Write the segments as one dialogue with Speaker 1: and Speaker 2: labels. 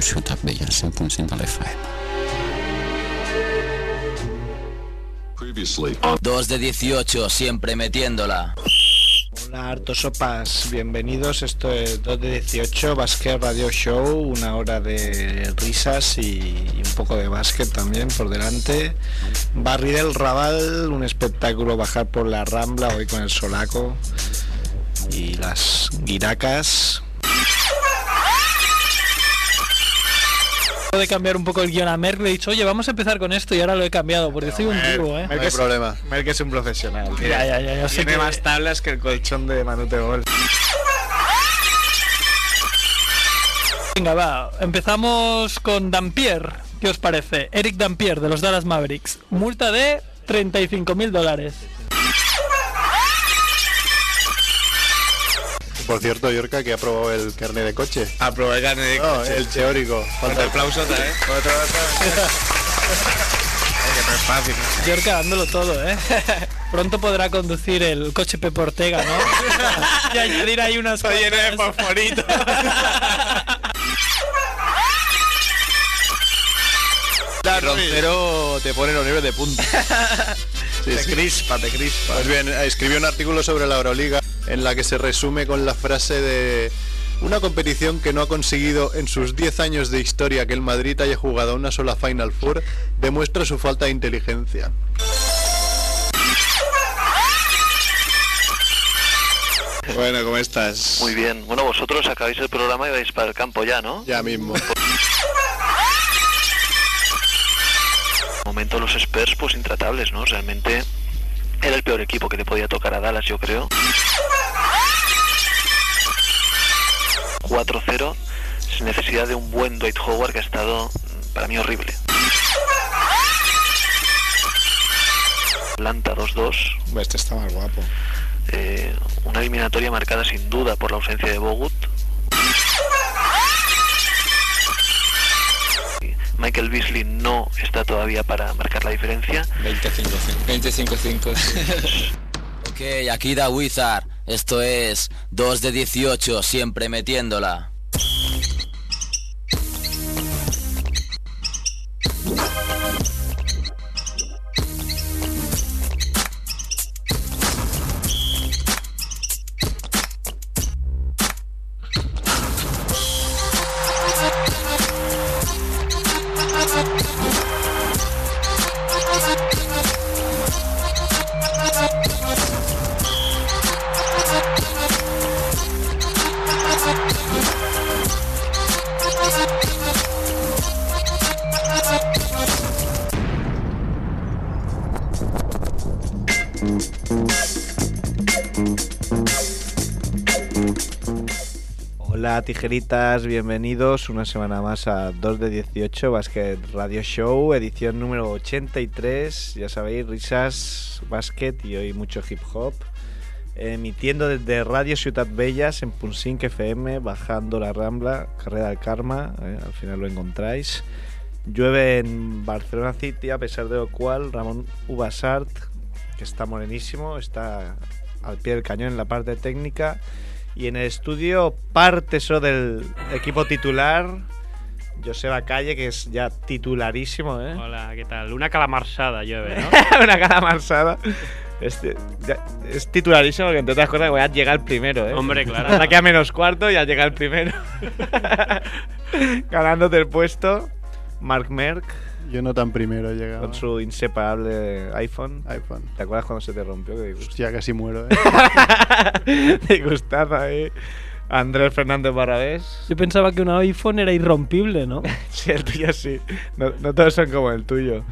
Speaker 1: Shoot Up de 100.5 la FM.
Speaker 2: 2 de 18, siempre metiéndola.
Speaker 3: Hola, hartos sopas, bienvenidos. Esto es 2 de 18, Basket Radio Show. Una hora de risas y un poco de básquet también por delante. Barri del Raval, un espectáculo bajar por la rambla hoy con el solaco y las guiracas.
Speaker 4: de cambiar un poco el guión a Merck, le he dicho, oye, vamos a empezar con esto y ahora lo he cambiado porque soy un tipo, ¿eh?
Speaker 3: Merck es-
Speaker 5: problema.
Speaker 3: Merck es un profesional. tío.
Speaker 4: Ya, ya, ya, ya sé
Speaker 3: Tiene
Speaker 4: que-
Speaker 3: más tablas que el colchón de Manute Gol.
Speaker 4: Venga, va, empezamos con Dampier. ¿Qué os parece? Eric Dampier de los Dallas Mavericks. Multa de 35 mil dólares.
Speaker 5: Por cierto, Yorka, que ha probado el carnet de coche.
Speaker 3: Aprobé el carnet de
Speaker 5: No, el teórico.
Speaker 3: Otro aplauso otra vez. Otro que no es fácil. ¿no?
Speaker 4: Yorka dándolo todo, ¿eh? Pronto podrá conducir el coche Pepe Ortega, ¿no? y añadir ahí unas
Speaker 3: Está lleno de
Speaker 4: cuantas.
Speaker 3: fosforito.
Speaker 5: Roncero te pone los nervios de punta. Sí,
Speaker 3: Te
Speaker 5: sí.
Speaker 3: crispa, te crispa.
Speaker 5: Pues bien, escribió un artículo sobre la Euroliga en la que se resume con la frase de una competición que no ha conseguido en sus 10 años de historia que el Madrid haya jugado una sola Final Four demuestra su falta de inteligencia.
Speaker 3: Bueno, ¿cómo estás?
Speaker 6: Muy bien. Bueno, vosotros acabáis el programa y vais para el campo ya, ¿no?
Speaker 5: Ya mismo.
Speaker 6: De momento los Spurs, pues intratables, ¿no? Realmente era el peor equipo que le podía tocar a Dallas, yo creo. 4-0, sin necesidad de un buen Dwight Howard que ha estado, mm, para mí, horrible. Atlanta 2-2,
Speaker 3: Este está más guapo.
Speaker 6: eh, una eliminatoria marcada sin duda por la ausencia de Bogut. Michael Beasley no está todavía para marcar la diferencia.
Speaker 7: 25-5.
Speaker 2: Ok, aquí da Wizard. Esto es 2 de 18, siempre metiéndola.
Speaker 3: Hola tijeritas, bienvenidos una semana más a 2 de 18 Basket Radio Show, edición número 83, ya sabéis, risas, basket y hoy mucho hip hop. Emitiendo desde Radio Ciudad Bellas en Punsinque FM, bajando la Rambla, Carrera del Karma, eh, al final lo encontráis. Llueve en Barcelona City, a pesar de lo cual Ramón Ubasart, que está morenísimo, está al pie del cañón en la parte técnica. Y en el estudio, parte eso del equipo titular, Joseba Calle, que es ya titularísimo, ¿eh?
Speaker 8: Hola, ¿qué tal? Una calamarsada llueve, ¿no?
Speaker 3: Una cara marsada. Este, ya- es titularísimo, que entre otras cosas, voy a llegar el primero, ¿eh?
Speaker 8: Hombre, claro.
Speaker 3: Ataque a menos cuarto y al llegar el primero. Ganándote el puesto, Mark Merck,
Speaker 5: Yo no tan primero llegaba.
Speaker 3: con su inseparable iPhone.
Speaker 5: iPhone.
Speaker 3: ¿Te acuerdas cuando se te rompió? Que disgust-
Speaker 5: Hostia, casi muero, ¿eh?
Speaker 3: disgustada, ¿eh? Andrés Fernández Barrabés.
Speaker 4: Yo pensaba que un iPhone era irrompible, ¿no?
Speaker 3: Sí, el tuyo sí. No, no todos son como el tuyo.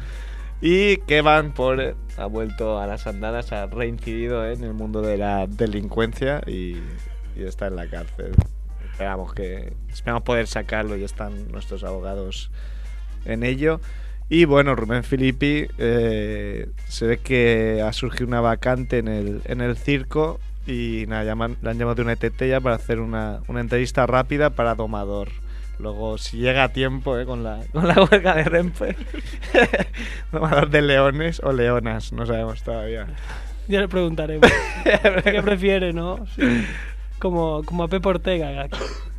Speaker 3: Y Kevin por ha vuelto a las andadas, ha reincidido ¿eh? en el mundo de la delincuencia y, y está en la cárcel. Esperamos que esperamos poder sacarlo y están nuestros abogados en ello. Y bueno, Rubén Filippi, eh, se ve que ha surgido una vacante en el, en el circo y nada, llaman- le han llamado de una ETT ya para hacer una, una entrevista rápida para Domador. Luego, si llega a tiempo eh, con, la, con la huelga de Renfe, Domador de leones o leonas, no sabemos todavía.
Speaker 4: Ya le preguntaremos. ¿Qué prefiere, no? Sí.
Speaker 8: como, como a Pep Ortega.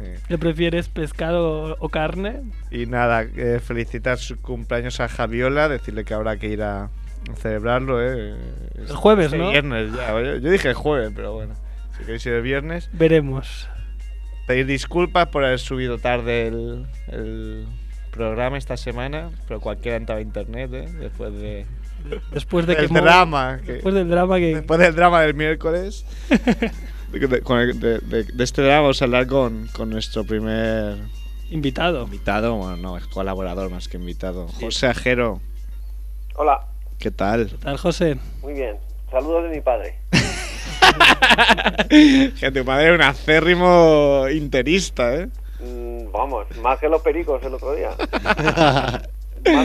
Speaker 3: Sí.
Speaker 8: ¿Le prefieres pescado o carne?
Speaker 3: Y nada, eh, felicitar su cumpleaños a Javiola, decirle que habrá que ir a celebrarlo, ¿eh?
Speaker 8: El jueves,
Speaker 3: Es
Speaker 8: ¿no?
Speaker 3: viernes ya. Yo, yo dije el jueves, pero bueno. Si queréis ir el viernes.
Speaker 8: Veremos.
Speaker 3: Pedir disculpas por haber subido tarde el, el programa esta semana, pero cualquiera entraba a internet, ¿eh? Después de...
Speaker 8: Después de que
Speaker 3: del
Speaker 8: Mo-
Speaker 3: drama. que-
Speaker 8: Después del drama que.
Speaker 3: Después del drama del miércoles. De, de- con el- de- de- de este drama vamos a hablar con, con nuestro primer
Speaker 8: Invitado.
Speaker 3: invitado, bueno, no, es colaborador más que invitado. José Ajero,
Speaker 5: Hola,
Speaker 3: ¿qué tal?
Speaker 8: ¿Qué tal, José?
Speaker 5: muy bien. Saludos de mi padre.
Speaker 3: Que tu padre es un acérrimo interista, ¿eh?
Speaker 5: Mm, vamos, más que los pericos el otro día. Más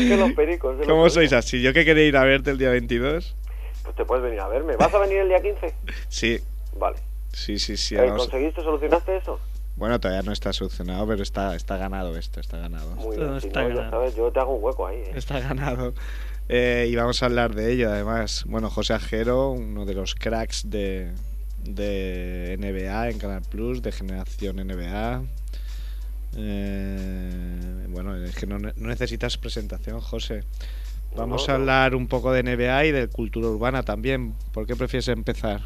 Speaker 5: que los pericos. el otro
Speaker 3: ¿Cómo
Speaker 5: día.
Speaker 3: sois así? ¿Yo que quería ir a verte el día 22?
Speaker 5: Pues te puedes venir a verme. ¿Vas a venir el día 15?
Speaker 3: Sí,
Speaker 5: Vale.
Speaker 3: sí, sí, sí.
Speaker 5: Eh,
Speaker 3: vamos-
Speaker 5: ¿Conseguiste, solucionaste eso?
Speaker 3: Bueno, todavía no está solucionado, pero está, está ganado esto, está ganado.
Speaker 5: Muy
Speaker 8: Esto no
Speaker 5: bien. Si
Speaker 8: está
Speaker 5: no, ya
Speaker 8: ganado.
Speaker 5: sabes, yo te hago un hueco ahí. eh.
Speaker 3: Está ganado. Eh, y vamos a hablar de ello, además. Bueno, José Ajero, uno de los cracks de, de NBA en Canal Plus, de generación NBA. Eh, bueno, es que no, ne- no necesitas presentación, José. Vamos
Speaker 5: No,
Speaker 3: a
Speaker 5: no.
Speaker 3: hablar un poco de NBA y de cultura urbana también. ¿Por qué prefieres empezar?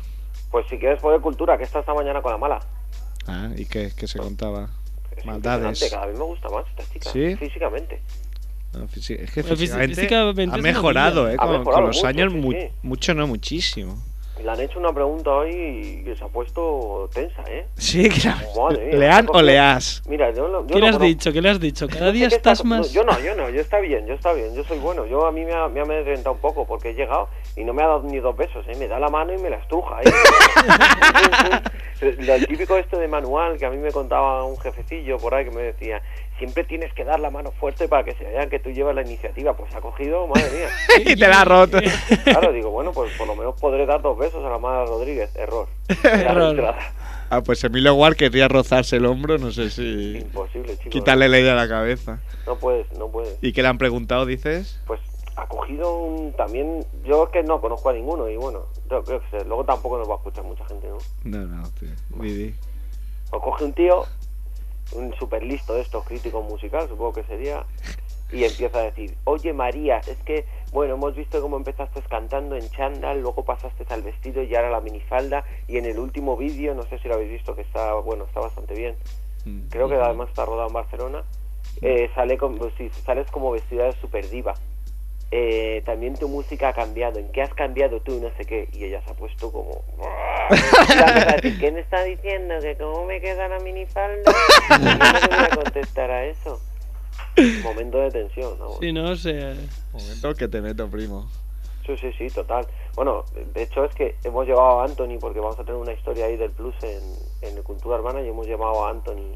Speaker 5: Pues si quieres poner cultura, que está esta mañana con la mala.
Speaker 3: Ah, ¿y qué, qué se contaba?
Speaker 5: Es
Speaker 3: Maldades.
Speaker 5: impresionante, Cada vez me gusta más esta chica.
Speaker 3: ¿Sí?
Speaker 5: Físicamente.
Speaker 3: No, fisi- es que
Speaker 8: Bueno, fisi-
Speaker 3: físicamente
Speaker 8: físicamente
Speaker 3: ha
Speaker 8: es
Speaker 3: mejorado,
Speaker 8: maravilla.
Speaker 3: ¿eh?
Speaker 5: Ha
Speaker 3: Con,
Speaker 5: mejorado
Speaker 3: con los
Speaker 5: mucho,
Speaker 3: años,
Speaker 5: sí,
Speaker 3: mu-
Speaker 5: sí.
Speaker 3: mucho no, muchísimo.
Speaker 5: Le han hecho una pregunta hoy y se ha puesto tensa, ¿eh.
Speaker 3: Sí, que la-
Speaker 5: Madre mía,
Speaker 3: ¿Lean
Speaker 5: ha
Speaker 3: o
Speaker 5: cogido-
Speaker 3: leas?
Speaker 5: Mira, yo, no- yo
Speaker 8: ¿Qué
Speaker 5: no
Speaker 8: le has
Speaker 5: conozco-
Speaker 8: dicho? ¿Qué le has dicho? Cada día
Speaker 5: Sé que
Speaker 8: estás
Speaker 5: está- no,
Speaker 8: más.
Speaker 5: yo no, yo no, yo está bien, yo está bien, yo soy bueno. Yo a mí me ha, me ha amedrentado un poco porque he llegado y no me ha dado ni dos besos, ¿eh? me da la mano y me la estruja. ¿eh? Lo típico esto de manual que a mí me contaba un jefecillo por ahí que me decía, siempre tienes que dar la mano fuerte para que se vean que tú llevas la iniciativa. Pues ha cogido, madre mía.
Speaker 3: y te la ha roto.
Speaker 5: Claro, digo, bueno, pues por lo menos podré dar dos besos a la madre Rodríguez. Error. Era
Speaker 8: Error.
Speaker 5: frustrada.
Speaker 3: ah, pues Emilio Ward querría rozarse el hombro, no sé si.
Speaker 5: Imposible, chico.
Speaker 3: Quitarle la idea a la cabeza.
Speaker 5: No puedes, no puedes.
Speaker 3: ¿Y qué le han preguntado, dices?
Speaker 5: pues ha cogido un también yo es que no conozco a ninguno y bueno yo creo que sé, luego tampoco nos va a escuchar mucha gente no
Speaker 3: No, no, tío. Didi.
Speaker 5: o coge un tío un super listo de estos críticos musical supongo que sería y empieza a decir oye María es que bueno hemos visto cómo empezaste cantando en chándal luego pasaste al vestido y ahora la minifalda y en el último vídeo no sé si lo habéis visto que está bueno está bastante bien
Speaker 3: Mm.
Speaker 5: creo que además está rodado en Barcelona, eh, sale con, pues, sí, sales como vestida de super diva. Eh, también tu música ha cambiado, ¿en qué has cambiado tú? No sé qué. Y ella se ha puesto como... Y la cosa es que, ¿Qué me está diciendo? ¿Que cómo me queda la minifalda? Yo no voy a contestar a eso. Momento de tensión, vamos.
Speaker 8: Sí, no sé.
Speaker 3: Momento que te meto, primo.
Speaker 5: Sí, sí, sí, total. Bueno, de hecho es que hemos llevado a Anthony, porque vamos a tener una historia ahí del Plus en, en Cultura Urbana, y hemos llevado a Anthony,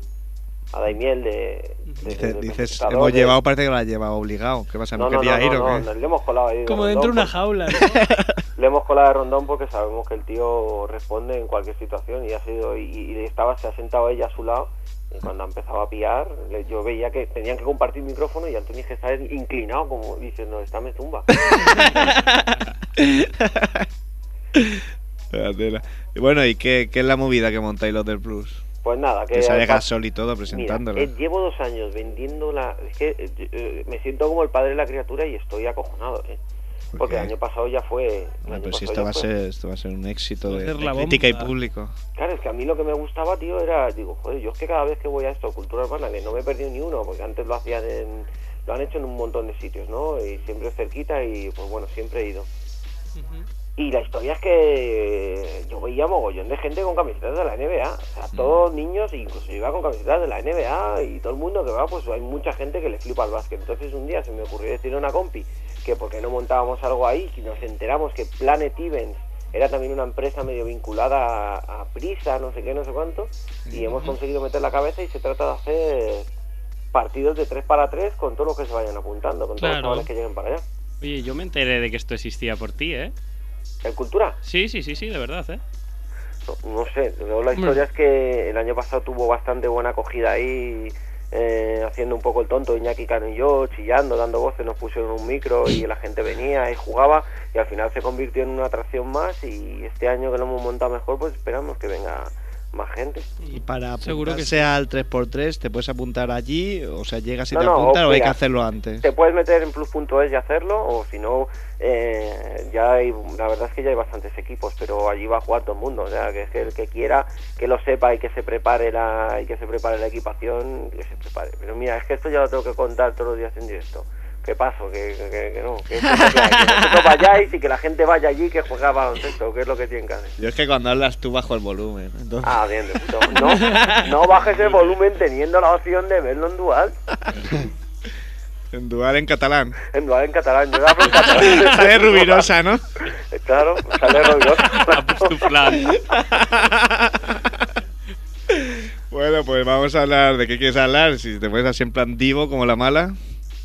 Speaker 5: a Daimiel de... de-
Speaker 3: Dice-
Speaker 5: de- de
Speaker 3: dices,
Speaker 5: presentador,
Speaker 3: hemos
Speaker 5: de-
Speaker 3: llevado, parece que lo has llevado obligado. ¿Qué pasa? ¿No,
Speaker 5: No, no,
Speaker 3: quería
Speaker 5: no,
Speaker 3: ir
Speaker 5: no,
Speaker 3: o
Speaker 5: no,
Speaker 3: qué?
Speaker 5: nos- le hemos colado ahí.
Speaker 8: Como
Speaker 5: de
Speaker 8: dentro de
Speaker 5: Rondón,
Speaker 8: una jaula. ¿no?
Speaker 5: pues, Le hemos colado de rondón porque sabemos que el tío responde en cualquier situación y ha sido y, y estaba se ha sentado ella a su lado y cuando ha empezado a pillar le- yo veía que tenían que compartir micrófono y Antonio que estaba inclinado como diciendo esta me tumba.
Speaker 3: La tela. Y bueno, ¿y qué, qué es la movida que montáis los del Plus?
Speaker 5: Pues nada, que
Speaker 3: Que sale
Speaker 5: pa-
Speaker 3: Gasol y todo
Speaker 5: Mira,
Speaker 3: presentándolo.
Speaker 5: eh, llevo dos años vendiendo la... Es que eh, yo, eh, me siento como el padre de la criatura y estoy acojonado, ¿eh?
Speaker 3: ¿Por
Speaker 5: Porque
Speaker 3: qué?
Speaker 5: el año pasado ya fue... el
Speaker 3: Bueno,
Speaker 5: año
Speaker 3: pero si esto va,
Speaker 5: pasado ya
Speaker 3: a
Speaker 5: fue.
Speaker 3: ser, esto va a ser un éxito
Speaker 8: Va a
Speaker 3: de,
Speaker 8: ser
Speaker 3: de
Speaker 8: la
Speaker 3: crítica y
Speaker 8: bomba.
Speaker 3: público.
Speaker 5: Claro, es que a mí lo que me gustaba, tío, era... Digo, joder, yo es que cada vez que voy a esto, cultura urbana, que no me he perdido ni uno, porque antes lo hacían en... Lo han hecho en un montón de sitios, ¿no? Y siempre cerquita y, pues bueno, siempre he ido. Y la historia es que yo veía mogollón de gente con camisetas de la NBA. O sea, todos niños, incluso yo iba con camisetas de la NBA y todo el mundo que va, pues hay mucha gente que le flipa al básquet. Entonces un día se me ocurrió decirle a una compi que porque no montábamos algo ahí y nos enteramos que Planet Events era también una empresa medio vinculada a, a Prisa, no sé qué, no sé cuánto, y hemos conseguido meter la cabeza y se trata de hacer partidos de 3 para 3 con todos los que se vayan apuntando, con todos
Speaker 9: Claro.
Speaker 5: los chavales que lleguen para allá.
Speaker 9: Oye, yo me enteré de que esto existía por ti, ¿eh?
Speaker 5: ¿En cultura?
Speaker 9: Sí, sí, sí, sí, de verdad, ¿eh?
Speaker 5: No, no sé, luego la
Speaker 8: Hombre.
Speaker 5: historia es que el año pasado tuvo bastante buena acogida ahí, eh, haciendo un poco el tonto Iñaki Cano y yo, chillando, dando voces, nos pusieron un micro y la gente venía y jugaba y al final se convirtió en una atracción más y este año que lo hemos montado mejor, pues esperamos que venga más gente.
Speaker 3: Y para
Speaker 4: Seguro que
Speaker 3: apuntarse sea al 3x3, te puedes apuntar allí, o sea, llegas y
Speaker 5: No,
Speaker 3: te
Speaker 5: no,
Speaker 3: apuntas, o hay que
Speaker 5: mira,
Speaker 3: hacerlo antes.
Speaker 5: Te puedes meter en plus.es y hacerlo, o si no, eh, ya hay, la verdad es que ya hay bastantes equipos, pero allí va a jugar todo el mundo, o sea, que, es que el que quiera, que lo sepa y que se prepare la, y que se prepare la equipación, que se prepare. Pero mira, es que esto ya lo tengo que contar todos los días en directo. ¿Qué paso? Que, que- que- que no, que, esto es lo que hay, que vosotros vayáis y que la gente vaya allí que juega baloncesto, que es lo que tienen que hacer.
Speaker 3: Yo es que cuando hablas tú bajo el volumen. Entonces...
Speaker 5: Ah, bien, de puto. No, no bajes el volumen teniendo la opción de verlo en dual.
Speaker 3: En dual en catalán.
Speaker 5: En dual en catalán, yo hablo en catalán. Eh,
Speaker 3: Sale rubirosa, ¿no?
Speaker 5: Claro, sale rubirosa.
Speaker 8: Tu plan.
Speaker 3: Bueno, pues vamos a hablar de qué quieres hablar. Si te pones así en plan divo como la mala,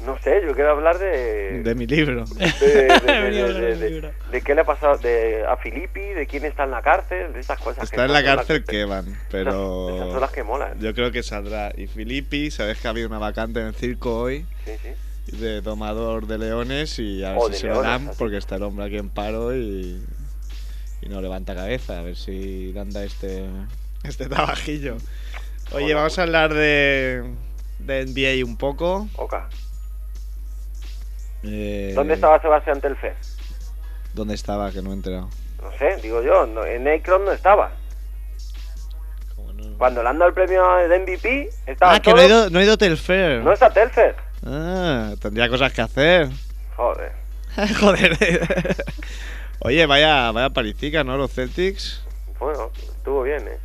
Speaker 5: No sé, yo quiero hablar de...
Speaker 3: de mi libro.
Speaker 5: de, de- de-
Speaker 10: Venía
Speaker 5: de-
Speaker 10: a hablar
Speaker 5: de-
Speaker 10: del libro.
Speaker 5: de qué le ha pasado de, a Filippi, de quién está en la cárcel, de esas cosas. que
Speaker 3: Está en
Speaker 5: no
Speaker 3: la
Speaker 5: son las
Speaker 3: cárcel
Speaker 5: te-
Speaker 3: que van,
Speaker 5: esas- Esas son
Speaker 3: pero
Speaker 5: las que molan.
Speaker 3: yo creo que saldrá. Y Filippi, sabes que ha habido una vacante en el circo hoy
Speaker 5: Sí, sí.
Speaker 3: de domador de leones y a ver
Speaker 5: O
Speaker 3: si
Speaker 5: de
Speaker 3: se lo
Speaker 5: leones,
Speaker 3: dan
Speaker 5: así.
Speaker 3: porque está el hombre aquí en paro y, y no levanta cabeza. A ver si le anda este, este trabajillo. Oye,
Speaker 5: Hola,
Speaker 3: vamos a hablar de, de NBA un poco.
Speaker 5: Oca.
Speaker 3: Eh,
Speaker 5: ¿Dónde estaba Sebastián Telfer?
Speaker 3: ¿Dónde estaba? Que no he enterado.
Speaker 5: No sé, digo yo, no- en Akron no estaba.
Speaker 3: Como no-
Speaker 5: Cuando le han dado el premio de MVP, estaba
Speaker 3: Ah, que no he ido, no he ido a Telfair.
Speaker 5: No está Telfer.
Speaker 3: Ah, tendría cosas que hacer.
Speaker 5: Joder.
Speaker 3: Joder. Oye, vaya, vaya paricica, ¿no? Los Celtics.
Speaker 5: Bueno, estuvo bien, ¿eh?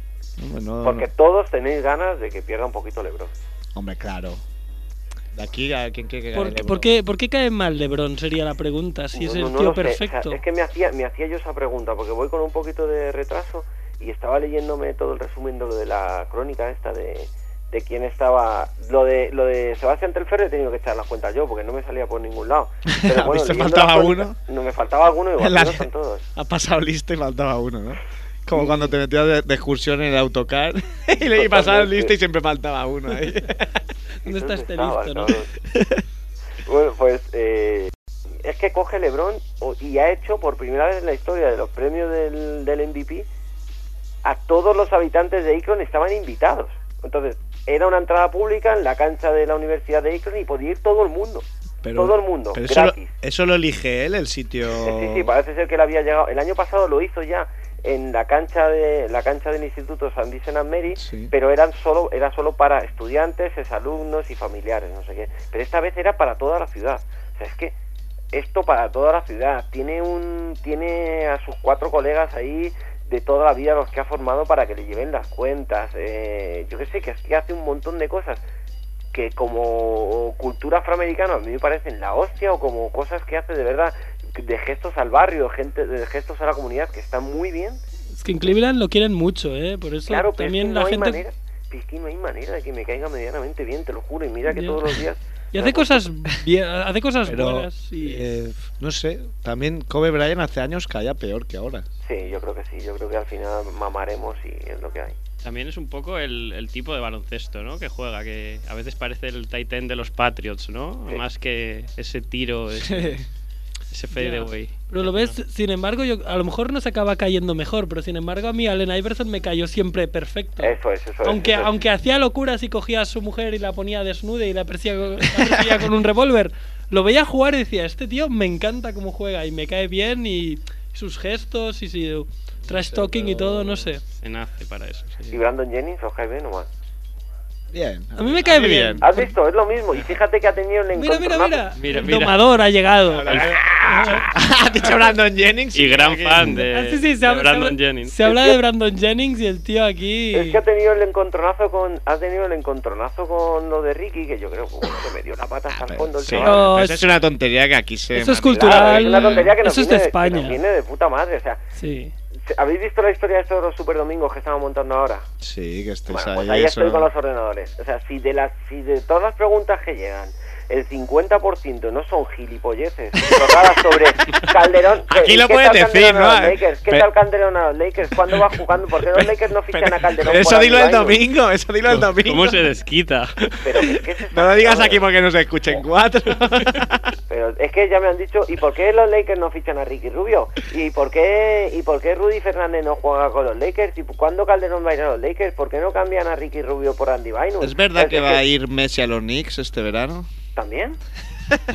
Speaker 3: Hombre, no-
Speaker 5: Porque todos tenéis ganas de que pierda un poquito Lebron.
Speaker 3: Hombre, claro. De aquí a quién quiere que
Speaker 4: ¿Por,
Speaker 3: gane
Speaker 4: qué-
Speaker 3: LeBron?
Speaker 4: por qué, por qué cae mal LeBron? Sería la pregunta. Si es
Speaker 5: Pues
Speaker 4: el
Speaker 5: No, no, no
Speaker 4: tío
Speaker 5: lo sé. O sea,
Speaker 4: perfecto.
Speaker 5: es que me hacía, me hacía yo esa pregunta, porque voy con un poquito de retraso y estaba leyéndome todo el resumen de lo de la crónica esta de, de quién estaba. Lo de, lo de Sebastián Telfer he tenido que echar las cuentas yo, porque no me salía por ningún lado. Pero
Speaker 3: ¿A
Speaker 5: bueno,
Speaker 3: mí se
Speaker 5: leyendo
Speaker 3: faltaba
Speaker 5: la crónica-
Speaker 3: uno?
Speaker 5: No me faltaba alguno, y
Speaker 3: La-
Speaker 5: bueno, son todos.
Speaker 3: Ha pasado listo y faltaba uno, ¿no? Como cuando te metías de, de excursión en el autocar y le y pasabas
Speaker 5: Totalmente.
Speaker 3: listo y siempre faltaba uno ahí.
Speaker 4: ¿Dónde está este
Speaker 5: estaba,
Speaker 4: listo, no?
Speaker 5: cabrón? bueno, pues eh, es que coge LeBron o- y ha hecho por primera vez en la historia de los premios del, del MVP a todos los habitantes de Akron estaban invitados. Entonces, era una entrada pública en la cancha de la Universidad de Akron y podía ir todo el mundo. todo el mundo,
Speaker 3: pero eso, lo,
Speaker 5: gratis.
Speaker 3: eso lo elige él, el sitio.
Speaker 5: Sí, sí, parece ser que él había llegado. El año pasado lo hizo ya en la cancha de la cancha del Instituto San Vicente and Mary,
Speaker 3: Sí.
Speaker 5: pero eran solo era solo para estudiantes, exalumnos y familiares, no sé qué. Pero esta vez era para toda la ciudad. O sea, es que esto para toda la ciudad tiene un tiene a sus cuatro colegas ahí de toda la vida los que ha formado para que le lleven las cuentas. eh, yo qué sé, que así hace un montón de cosas que como cultura afroamericana a mí me parecen la hostia o como cosas que hace de verdad de gestos al barrio, gente de gestos a la comunidad que están muy bien.
Speaker 4: Es que en Cleveland lo quieren mucho, ¿eh? Por eso
Speaker 5: Claro, pero es
Speaker 4: también
Speaker 5: que
Speaker 4: la
Speaker 5: no
Speaker 4: gente.
Speaker 5: hay manera, pero es que no hay manera de que me caiga medianamente bien, te lo juro, y mira que
Speaker 4: Ya.
Speaker 5: todos los días
Speaker 4: Y hace cosas, bien- hace cosas
Speaker 3: Pero,
Speaker 4: buenas. Y...
Speaker 3: eh, no sé, también Kobe Bryant hace años caía peor que ahora.
Speaker 5: Sí, yo creo que sí, yo creo que al final mamaremos y es lo que hay.
Speaker 8: También es un poco el, el tipo de baloncesto, ¿no? Que juega, que a veces parece el Titan de los Patriots, ¿no?
Speaker 5: Sí.
Speaker 8: Más que ese tiro, ese, ese fadeaway.
Speaker 4: Pero lo ves, sin embargo, yo a lo mejor nos acaba cayendo mejor, pero sin embargo a mí Allen Iverson me cayó siempre perfecto.
Speaker 5: Eso es, eso es.
Speaker 4: Aunque,
Speaker 5: eso es.
Speaker 4: aunque hacía locuras y cogía a su mujer y la ponía desnuda y la perseguía con, la perseguía con un revólver, lo veía jugar y decía, este tío me encanta cómo juega y me cae bien y sus gestos y su trash talking y todo, no sé.
Speaker 8: Se nace para eso. sí.
Speaker 5: ¿Y Brandon Jennings o Jaime nomás?
Speaker 3: Bien.
Speaker 4: A mí me cae bien.
Speaker 5: ¿Has visto? Es lo mismo, y fíjate que ha tenido el
Speaker 4: Mira,
Speaker 5: encuentro.
Speaker 4: mira, mira.
Speaker 8: Mira,
Speaker 4: El
Speaker 8: mira.
Speaker 4: domador ha llegado.
Speaker 3: Ha dicho Brandon Jennings.
Speaker 8: Y gran fan de,
Speaker 4: Ah, sí, sí, se
Speaker 8: de
Speaker 4: habla- se
Speaker 8: Brandon
Speaker 4: habla-
Speaker 8: Jennings.
Speaker 4: Se habla de Brandon Jennings y el tío aquí...
Speaker 5: Es que ha tenido el encontronazo con ha tenido el encontronazo con lo de Ricky que yo creo bueno, que me dio la pata hasta el fondo el
Speaker 3: Ah, Sí,
Speaker 5: chaval.
Speaker 4: No,
Speaker 3: pero
Speaker 4: es-
Speaker 3: eso es una tontería que aquí se.
Speaker 4: Eso es
Speaker 3: mantiene.
Speaker 4: cultural.
Speaker 5: Claro, es una tontería que nos
Speaker 4: Eso es de
Speaker 5: viene, que
Speaker 4: España.
Speaker 5: nos viene de puta madre. O sea,
Speaker 4: Sí.
Speaker 5: ¿habéis visto la historia de estos los superdomingos que estamos montando ahora?
Speaker 3: Sí, que estés
Speaker 5: Bueno,
Speaker 3: ahí.
Speaker 5: pues ahí
Speaker 3: eso.
Speaker 5: estoy con los ordenadores. O sea, si de las, si de todas las preguntas que llegan el 50% no son gilipolleces tocadas sobre Calderón.
Speaker 3: Aquí
Speaker 5: ¿qué-
Speaker 3: lo
Speaker 5: qué
Speaker 3: puedes
Speaker 5: tal
Speaker 3: decir,
Speaker 5: Calderón a
Speaker 3: ¿no?
Speaker 5: los Lakers? ¿Qué
Speaker 3: Pe-
Speaker 5: tal Calderón a los Lakers? ¿Cuándo va jugando? ¿Por qué los Lakers no fichan a Calderón?
Speaker 3: Eso
Speaker 5: por
Speaker 3: dilo el
Speaker 5: Adebayo?
Speaker 3: domingo, eso dilo el domingo.
Speaker 8: ¿Cómo se desquita?
Speaker 3: No lo digas aquí porque nos escuchen cuatro.
Speaker 5: Pero es que ya me han dicho, ¿y por qué los Lakers no fichan a Ricky Rubio? ¿Y por qué, y por qué Rudy Fernández no juega con los Lakers? ¿Y cuándo Calderón va a ir a los Lakers? ¿Por qué no cambian a Ricky Rubio por Andy Bynum?
Speaker 3: ¿Es verdad que va a
Speaker 5: que-
Speaker 3: ir Messi a los Knicks este verano?
Speaker 5: ¿También?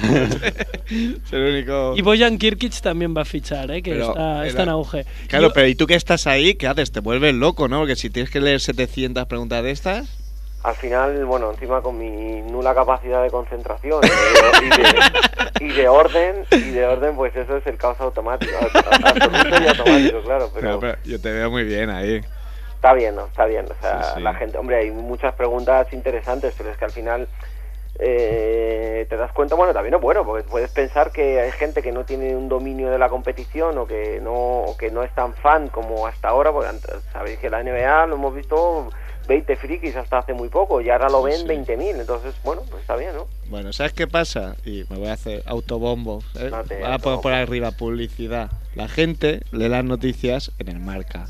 Speaker 3: Es el único.
Speaker 4: Y Bojan Kirkic también va a fichar, ¿eh? que
Speaker 3: Pero
Speaker 4: está,
Speaker 3: era-
Speaker 4: está en auge.
Speaker 3: Claro,
Speaker 4: Yo-
Speaker 3: pero ¿y tú que estás ahí? ¿Qué haces? Te vuelves loco, ¿no? Porque si tienes que leer 700 preguntas de estas.
Speaker 5: Al final, bueno, encima con mi nula capacidad de concentración eh, y, de, y de orden, y de orden, pues eso es el caos automático, absoluto y automático, claro, pero...
Speaker 3: No, pero yo te veo muy bien ahí.
Speaker 5: Está bien, ¿no? Está bien. O sea,
Speaker 3: Sí, sí.
Speaker 5: la gente, hombre, hay muchas preguntas interesantes, pero es que al final eh, te das cuenta, bueno, también es bueno, porque puedes pensar que hay gente que no tiene un dominio de la competición o que no, o que no es tan fan como hasta ahora, porque antes- sabéis que la NBA lo hemos visto 20 frikis hasta hace muy poco y ahora lo ven 20.000, entonces, bueno, pues está bien, ¿no?
Speaker 3: Bueno, ¿sabes qué pasa? Y me voy a hacer autobombo. ¿eh?
Speaker 5: Date,
Speaker 3: Voy a poner por arriba publicidad. La gente lee las noticias en el marca.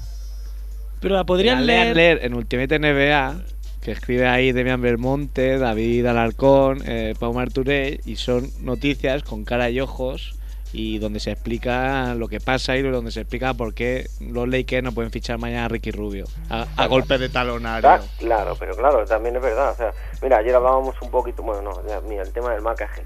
Speaker 4: Pero la
Speaker 3: La
Speaker 4: podrían
Speaker 3: lean
Speaker 4: leer.
Speaker 3: leer en Ultimate NBA, que escribe ahí Demian Belmonte, David Alarcón, eh, Pau Marturell, y son noticias con cara y ojos y donde se explica lo que pasa y donde se explica por qué los Lakers no pueden fichar mañana a Ricky Rubio a, a golpe de
Speaker 5: Ah,
Speaker 3: talonario.
Speaker 5: claro, pero claro, también es verdad. O sea, mira, ayer hablábamos un poquito, bueno, no, ya, mira, el tema del maquillaje,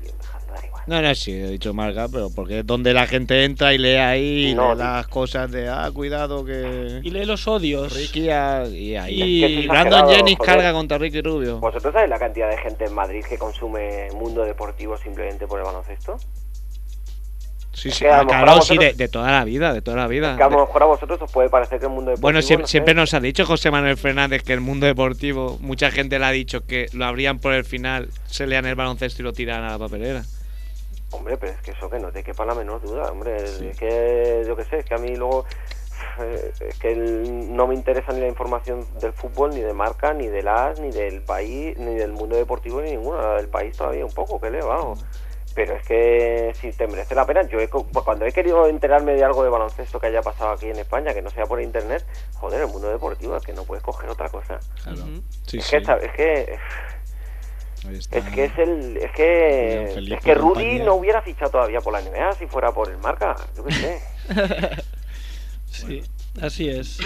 Speaker 3: No, no, sí, he dicho marca, pero porque es donde la gente entra y lee ahí y
Speaker 5: No,
Speaker 3: lee
Speaker 5: tío.
Speaker 3: las cosas de, ah, cuidado que...
Speaker 4: Y lee los odios.
Speaker 3: Ricky ah, y ahí.
Speaker 4: Y
Speaker 3: Y
Speaker 4: es
Speaker 3: Brandon
Speaker 5: exagerado,
Speaker 3: Jennings
Speaker 5: joder. Pues
Speaker 3: carga contra Ricky Rubio.
Speaker 5: ¿Vosotros sabéis la cantidad de gente en Madrid que consume mundo deportivo simplemente por el baloncesto?
Speaker 3: Sí,
Speaker 5: Es
Speaker 3: sí,
Speaker 5: que a lo
Speaker 3: ah,
Speaker 5: mejor a
Speaker 3: claro, sí, de,
Speaker 5: vosotros-
Speaker 3: de toda la vida, de toda la vida.
Speaker 5: Que pues a
Speaker 3: De-
Speaker 5: lo mejor a vosotros os puede parecer que el mundo deportivo.
Speaker 3: Ah, Bueno, siem-
Speaker 5: no sé,
Speaker 3: siempre nos ha dicho José Manuel Fernández que el mundo deportivo, mucha gente le ha dicho que lo abrían por el final, se lean el baloncesto y lo tiran a la papelera.
Speaker 5: Hombre, pero es que eso que no te quepa la menor duda, hombre. Es que yo qué sé, es que a mí luego. eh, Es que el- no me interesa ni la información del fútbol, ni de marca, ni del AS, ni del país, ni del mundo deportivo, ni ninguna. La del país todavía un poco, que le vamos. Pero es que si te merece la pena, yo he co- pues cuando he querido enterarme de algo de baloncesto que haya pasado aquí en España, que no sea por internet, joder, el mundo deportivo es que no puedes coger otra cosa. es, Que, esta- es que es que es el es que
Speaker 3: Julián Felipe
Speaker 5: es que
Speaker 3: y
Speaker 5: Rudy
Speaker 3: compañía.
Speaker 5: no hubiera fichado todavía por la NBA si fuera por el marca, yo qué sé.
Speaker 4: Sí, así es.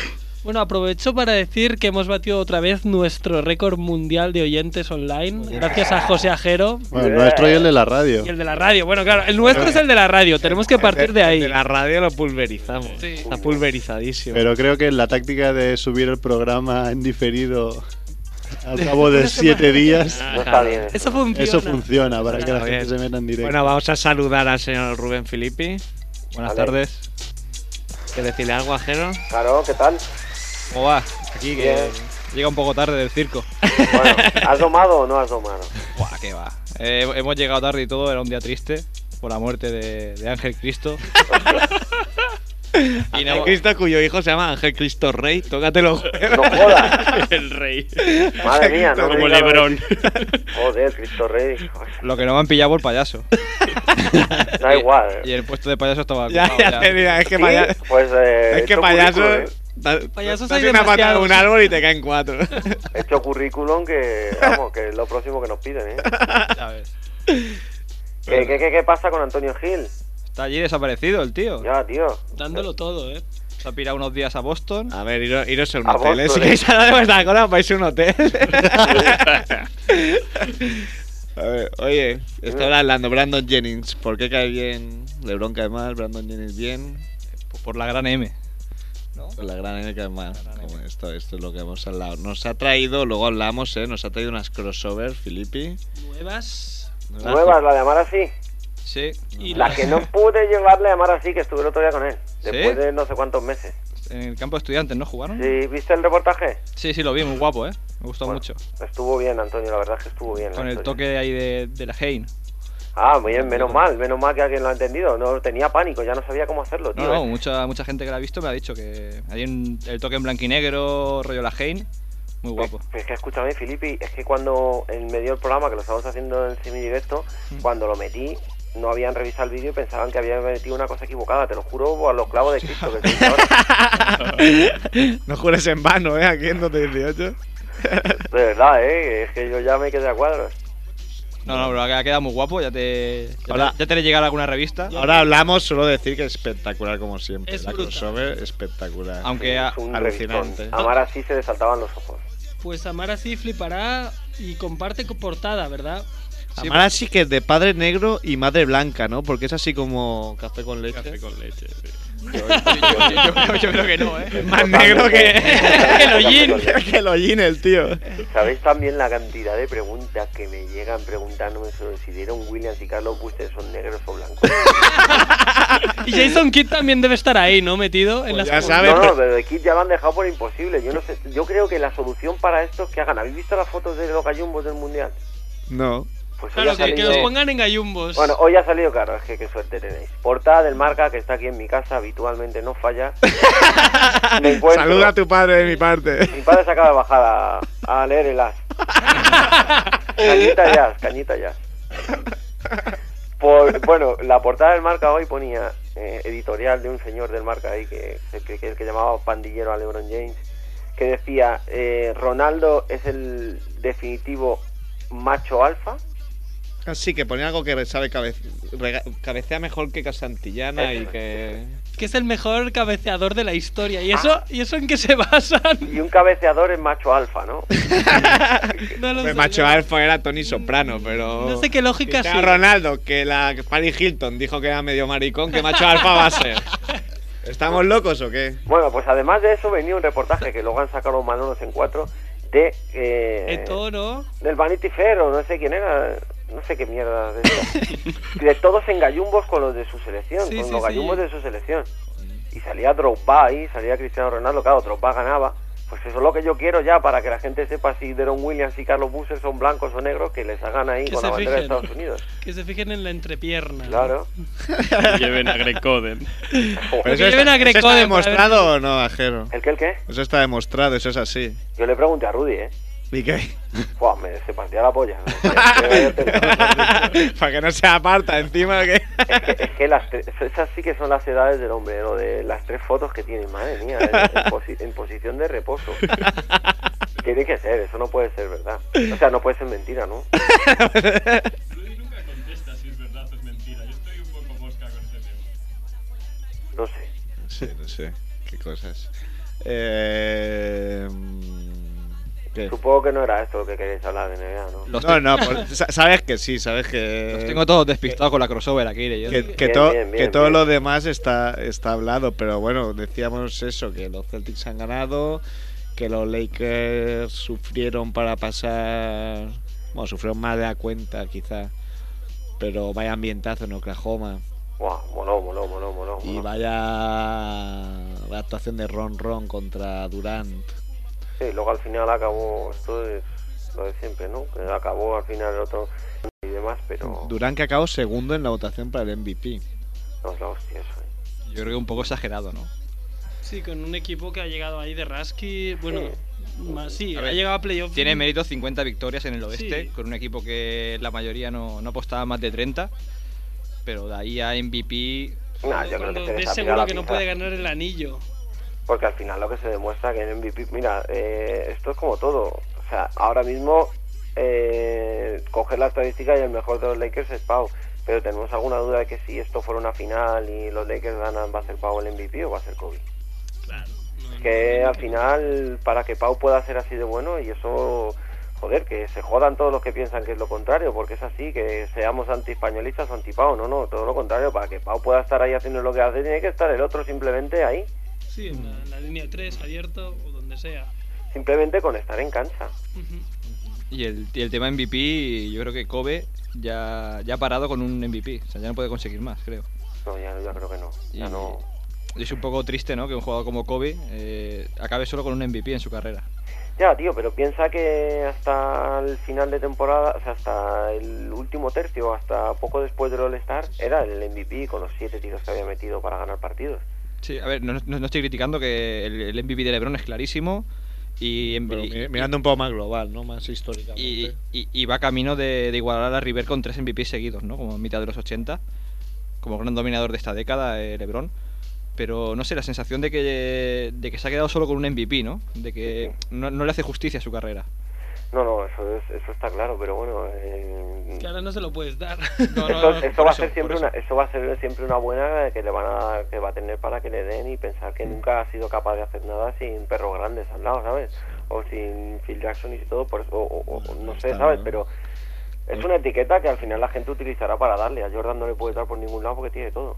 Speaker 4: Bueno, aprovecho para decir que hemos batido otra vez nuestro récord mundial de oyentes online, gracias a José Ajero.
Speaker 11: Bueno, el nuestro y el de la radio.
Speaker 4: Y el de la radio, bueno, claro, el nuestro es el de la radio, tenemos que partir de ahí.
Speaker 3: La radio lo pulverizamos. Está pulverizadísimo.
Speaker 11: Pero creo que la táctica de subir el programa en diferido al cabo de siete días.
Speaker 8: Ah,
Speaker 3: No está bien.
Speaker 4: Eso funciona.
Speaker 11: Eso funciona para que la
Speaker 3: Está
Speaker 11: gente
Speaker 3: bien.
Speaker 11: se meta en directo.
Speaker 3: Bueno, vamos a saludar al señor Rubén Filippi.
Speaker 5: Buenas Vale. tardes.
Speaker 3: ¿Quieres decirle algo ajeno?
Speaker 5: Claro, ¿qué tal?
Speaker 2: ¿Cómo va? Aquí que
Speaker 5: Bien.
Speaker 2: llega un poco tarde del circo.
Speaker 5: Bueno, ¿has domado o no has domado?
Speaker 2: Buah, qué va. Eh, hemos llegado tarde y todo, era un día triste por la muerte de, de Ángel Cristo.
Speaker 3: Y Cristo, cuyo hijo se llama Ángel Cristo Rey, tócatelo.
Speaker 5: No jodas.
Speaker 8: El rey.
Speaker 5: Madre mía, no me
Speaker 8: Como
Speaker 5: digas lo de-
Speaker 8: Lebrón.
Speaker 5: Joder, Cristo Rey.
Speaker 2: Lo que no me han pillado por payaso.
Speaker 5: Da igual. eh.
Speaker 2: Y el puesto de payaso estaba
Speaker 3: Ya,
Speaker 2: ocupado
Speaker 3: ya
Speaker 2: ya.
Speaker 3: te dirá, es que
Speaker 5: Sí,
Speaker 3: paya-
Speaker 5: Pues eh,
Speaker 3: es que
Speaker 5: hecho
Speaker 3: payaso.
Speaker 5: currículum, ¿eh?
Speaker 3: da-
Speaker 4: Payasos
Speaker 3: das
Speaker 4: hay
Speaker 3: una patada de
Speaker 4: demasiados.
Speaker 3: un árbol y te caen cuatro.
Speaker 5: He hecho currículum que, vamos, que es lo próximo que nos piden, ¿eh?
Speaker 2: Ya ves.
Speaker 5: ¿Qué, qué, qué- qué pasa con Antonio Gil?
Speaker 2: Está allí desaparecido el tío.
Speaker 5: Ya, tío.
Speaker 4: Dándolo todo, ¿eh?
Speaker 2: Se ha pirado unos días a Boston.
Speaker 3: A ver, iros, iros a un
Speaker 2: A
Speaker 3: hotel. ¿eh?
Speaker 2: vos,
Speaker 3: Si
Speaker 2: eh.
Speaker 3: queréis hablar de vuestra cola, vais a un hotel. a ver, oye, estaba hablando Brandon Jennings. ¿Por qué cae bien? LeBron cae mal, Brandon Jennings bien.
Speaker 2: Por la gran M.
Speaker 3: Pues La gran N que más. Como esto, esto es lo que hemos hablado. Nos ha traído, luego hablamos, ¿eh? Nos ha traído unas crossovers, Filippi.
Speaker 4: Nuevas.
Speaker 5: Nuevas, la de Amar así.
Speaker 2: Sí.
Speaker 4: Y
Speaker 5: La que no pude llevarle a Amar así, que estuve el otro día con él.
Speaker 2: ¿Sí?
Speaker 5: Después de no sé cuántos meses.
Speaker 2: En el campo de estudiantes, ¿no jugaron?
Speaker 5: Sí, ¿Viste el reportaje?
Speaker 2: Sí, sí, lo vi, muy guapo, ¿eh? Me gustó mucho.
Speaker 5: Estuvo bien, Antonio, la verdad es que estuvo bien. la
Speaker 2: Con el
Speaker 5: historia.
Speaker 2: toque ahí de, de la Hein.
Speaker 5: Ah, muy bien, menos mal, menos mal que alguien lo ha entendido. No tenía pánico, ya no sabía cómo hacerlo, tío. ¿eh?
Speaker 2: No, no, mucha, mucha gente que la ha visto me ha dicho que hay un- el toque en blanco y negro, rollo la Hein. Muy guapo.
Speaker 5: Pues, Es que escúchame, Filipe, es que cuando en medio del programa, que lo estamos haciendo en semidirecto, cuando lo metí, no habían revisado el vídeo y pensaban que había metido una cosa equivocada. Te lo juro por los clavos de Cristo que soy ahora.
Speaker 3: No jures en vano, ¿eh? Aquí en 2018.
Speaker 5: De verdad, ¿eh? Es que yo ya me quedé a cuadros.
Speaker 2: No, no, pero ha quedado muy guapo. Ya te, ya te, ya te le llegará alguna revista.
Speaker 3: Ahora hablamos, solo decir que espectacular como siempre. la crossover espectacular.
Speaker 2: Aunque a-
Speaker 3: alucinante.
Speaker 5: Amar así se le saltaban los ojos.
Speaker 4: Pues Amar así flipará y comparte con portada, ¿verdad?
Speaker 3: Amara sí que es de padre negro y madre blanca, ¿no? Porque es así como café con leche.
Speaker 2: Café con leche, sí.
Speaker 3: Yo,
Speaker 2: yo- yo creo que no, ¿eh?
Speaker 3: Es más negro que, que el hollín. que el hollín, el tío.
Speaker 5: ¿Sabéis también la cantidad de preguntas que me llegan preguntándome sobre si dieron Williams y Carlos Buster son negros o blancos?
Speaker 4: Y Jason Kidd también debe estar ahí, ¿no? Metido
Speaker 3: Pues
Speaker 4: en las
Speaker 5: No, no, pero de Kid ya lo han dejado por imposible. Yo no sé, yo creo que la solución para esto es que hagan. ¿Habéis visto las fotos de los gallumbos del mundial?
Speaker 3: No.
Speaker 5: Pues hoy
Speaker 4: Claro,
Speaker 5: ha
Speaker 4: que, que
Speaker 5: salido-
Speaker 4: los pongan en gallumbos.
Speaker 5: Bueno, hoy ha salido caro, es que qué suerte tenéis. Portada del marca que está aquí en mi casa, habitualmente no falla. Me encuentro.
Speaker 3: Saluda a tu padre de mi parte.
Speaker 5: Mi padre se acaba de bajar a, a leer el as. cañita jazz, cañita jazz. Por- bueno, la portada del marca hoy ponía eh, editorial de un señor del marca ahí, que es el que, que es el que llamaba pandillero a LeBron James, que decía, eh, Ronaldo es el definitivo macho alfa.
Speaker 3: Así que ponía algo que sabe cabe- rega- cabecea mejor que Casantillana y que.
Speaker 4: Que es el mejor cabeceador de la historia. ¿Y eso, ¿y eso en qué se basan?
Speaker 5: Y un cabeceador es macho alfa, ¿no?
Speaker 4: No lo
Speaker 3: Hombre,
Speaker 4: sé.
Speaker 3: Pues macho alfa era Tony Soprano, pero.
Speaker 4: No sé qué lógica
Speaker 3: Quizá
Speaker 4: sigue.
Speaker 3: Ronaldo, que la Paris Hilton dijo que era medio maricón, que macho alfa va a ser. ¿Estamos locos o qué?
Speaker 5: Bueno, pues además de eso venía un reportaje que luego han sacado los malones en cuatro de... Eh, Del Vanity Fair o no sé quién era, no sé qué mierda de eso. de todos en gallumbos con los de su selección,
Speaker 4: Sí,
Speaker 5: con
Speaker 4: sí,
Speaker 5: los
Speaker 4: sí.
Speaker 5: gallumbos de su selección. Y salía Drogba ahí, salía Cristiano Ronaldo, claro, Drogba ganaba. Pues eso es lo que yo quiero ya, para que la gente sepa si Deron Williams y Carlos Busser son blancos o negros, que les hagan ahí
Speaker 4: Que
Speaker 5: con la
Speaker 4: se
Speaker 5: bandera de
Speaker 4: fijen.
Speaker 5: Estados Unidos.
Speaker 4: Que se fijen en la entrepierna. ¿no?
Speaker 5: Claro.
Speaker 8: Lleven a Greg Coden.
Speaker 3: Pero
Speaker 4: que lleven a Greco
Speaker 3: está
Speaker 4: de-
Speaker 3: demostrado o no, Ajero?
Speaker 5: ¿El qué, el qué?
Speaker 3: Eso está demostrado, eso es así.
Speaker 5: Yo le pregunté a Rudy, ¿eh?
Speaker 3: ¿Y qué?
Speaker 5: Buah, me, se partía la polla.
Speaker 3: Para que no se aparta encima que.
Speaker 5: Es que las tres- esas sí que son las edades del hombre, lo de las tres fotos que tiene, madre mía, en, en posi- en posición de reposo. Tiene que ser, eso no puede ser verdad. O sea, no puede ser mentira, ¿no? No sé.
Speaker 3: Sí, no sé. Qué cosas. Eh, mm, ¿qué?
Speaker 5: Supongo que no era esto lo que queréis hablar de NBA, ¿no?
Speaker 3: No, no, por- sa- sabes que sí, sabes que.
Speaker 2: Los tengo todos despistados con la crossover aquí. Irene, yo.
Speaker 3: Que, que
Speaker 5: Bien,
Speaker 3: to-
Speaker 5: bien,
Speaker 3: que
Speaker 5: bien,
Speaker 3: todo
Speaker 5: bien.
Speaker 3: lo demás está, está hablado, pero bueno, decíamos eso, que los Celtics han ganado, que los Lakers sufrieron para pasar, bueno, sufrieron más de la cuenta quizá, pero vaya ambientazo en Oklahoma
Speaker 5: Buah, moló, moló, moló, moló.
Speaker 3: y vaya, vaya actuación de Ron Ron contra Durant.
Speaker 5: Sí, luego al final acabó, esto es lo de siempre, ¿no? Que acabó al final el otro y demás, pero
Speaker 3: Durant que acabó segundo en la votación para el MVP.
Speaker 5: no es la hostia eso. ¿eh?
Speaker 2: Yo creo que un poco exagerado, ¿no?
Speaker 4: Sí, con un equipo que ha llegado ahí de Rasky. Bueno, ma- sí,
Speaker 2: A ver,
Speaker 4: ha llegado a playoff.
Speaker 2: Tiene mérito este? 50 victorias en el oeste,
Speaker 4: Sí.
Speaker 2: con un equipo que la mayoría no, no apostaba más de 30. Pero de ahí a MVP.
Speaker 5: Nah, yo creo
Speaker 4: Cuando
Speaker 5: que se
Speaker 4: ves
Speaker 5: les ha
Speaker 4: seguro
Speaker 5: pirado
Speaker 4: que
Speaker 5: la
Speaker 4: no
Speaker 5: pinza.
Speaker 4: puede ganar el anillo.
Speaker 5: Porque al final lo que se demuestra que en MVP, mira, eh, esto es como todo. O sea, ahora mismo eh, coger la estadística y el mejor de los Lakers es Pau. Pero tenemos alguna duda de que si esto fuera una final y los Lakers ganan, ¿va a ser Pau el MVP o va a ser Kobe? Claro. Que al final, para que Pau pueda ser así de bueno, y eso, joder, que se jodan todos los que piensan que es lo contrario, porque es así, que seamos anti-españolistas o anti-Pau, no, no, todo lo contrario, para que Pau pueda estar ahí haciendo lo que hace, tiene que estar el otro simplemente ahí.
Speaker 4: Sí, en la, en la línea 3, abierto o donde sea.
Speaker 5: simplemente con estar en cancha.
Speaker 2: Y el, y el tema MVP, yo creo que Kobe ya, ya ha parado con un MVP. O sea, ya no puede conseguir más, creo.
Speaker 5: No, ya, ya creo que no. Ya
Speaker 2: Y-
Speaker 5: no.
Speaker 2: Y es un poco triste, ¿no? Que un jugador como Kobe eh, acabe solo con un MVP en su carrera.
Speaker 5: Ya, tío, pero piensa que hasta el final de temporada, o sea, hasta el último tercio, hasta poco después del All-Star, era el MVP con los siete tiros que había metido para ganar partidos.
Speaker 2: Sí, a ver, no, no- no estoy criticando que el, el MVP de LeBron es clarísimo Y en-
Speaker 3: Pero
Speaker 2: y-
Speaker 3: mi- mirando un poco más global, ¿no? Más histórica.
Speaker 2: y, y- y va camino de, de igualar a River con tres MVP seguidos, ¿no? Como en mitad de los 80, como gran dominador de esta década, eh, LeBron. Pero no sé, la sensación de que, de que se ha quedado solo con un MVP, ¿no? De que no, no le hace justicia a su carrera.
Speaker 5: No, no, eso, es- eso está claro, pero bueno, eh,
Speaker 4: Que ahora no se lo puedes dar.
Speaker 5: eso, eso
Speaker 4: por
Speaker 5: va a
Speaker 4: eso,
Speaker 5: ser siempre
Speaker 4: por
Speaker 5: una, eso va a ser siempre una buena que le van a, que va a tener para que le den y pensar que nunca ha sido capaz de hacer nada sin perros grandes al lado, ¿sabes? O sin Phil Jackson y todo, por eso- o, o- o no sé,
Speaker 12: está,
Speaker 5: ¿sabes?
Speaker 12: ¿no?
Speaker 5: Pero es
Speaker 4: Eh.
Speaker 5: una etiqueta que al final la gente utilizará para darle. A Jordan no le puede dar por ningún lado porque tiene todo.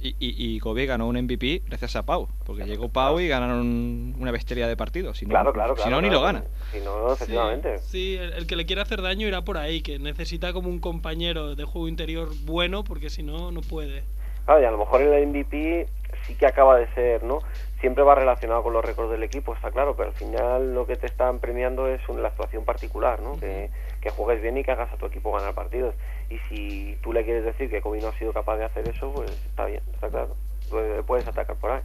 Speaker 2: Y, y, y Kobe ganó un MVP gracias a Pau, porque llegó Pau y ganaron una bestialidad de partidos. Si no,
Speaker 5: Claro, claro,
Speaker 2: si
Speaker 5: claro,
Speaker 2: no ni
Speaker 5: claro.
Speaker 2: lo gana.
Speaker 5: Si no, efectivamente.
Speaker 4: Sí, el, el que le quiera hacer daño irá por ahí, que necesita como un compañero de juego interior bueno, porque si no, no puede.
Speaker 5: Claro, y a lo mejor el MVP sí que acaba de ser, ¿no? Siempre va relacionado con los récords del equipo, está claro, pero al final lo que te están premiando es un- la actuación particular, ¿no? Que, que juegues bien y que hagas a tu equipo ganar partidos. Y si tú le quieres decir que Kobe no ha sido capaz de hacer eso, pues está bien, está claro. Tú Puedes atacar por ahí.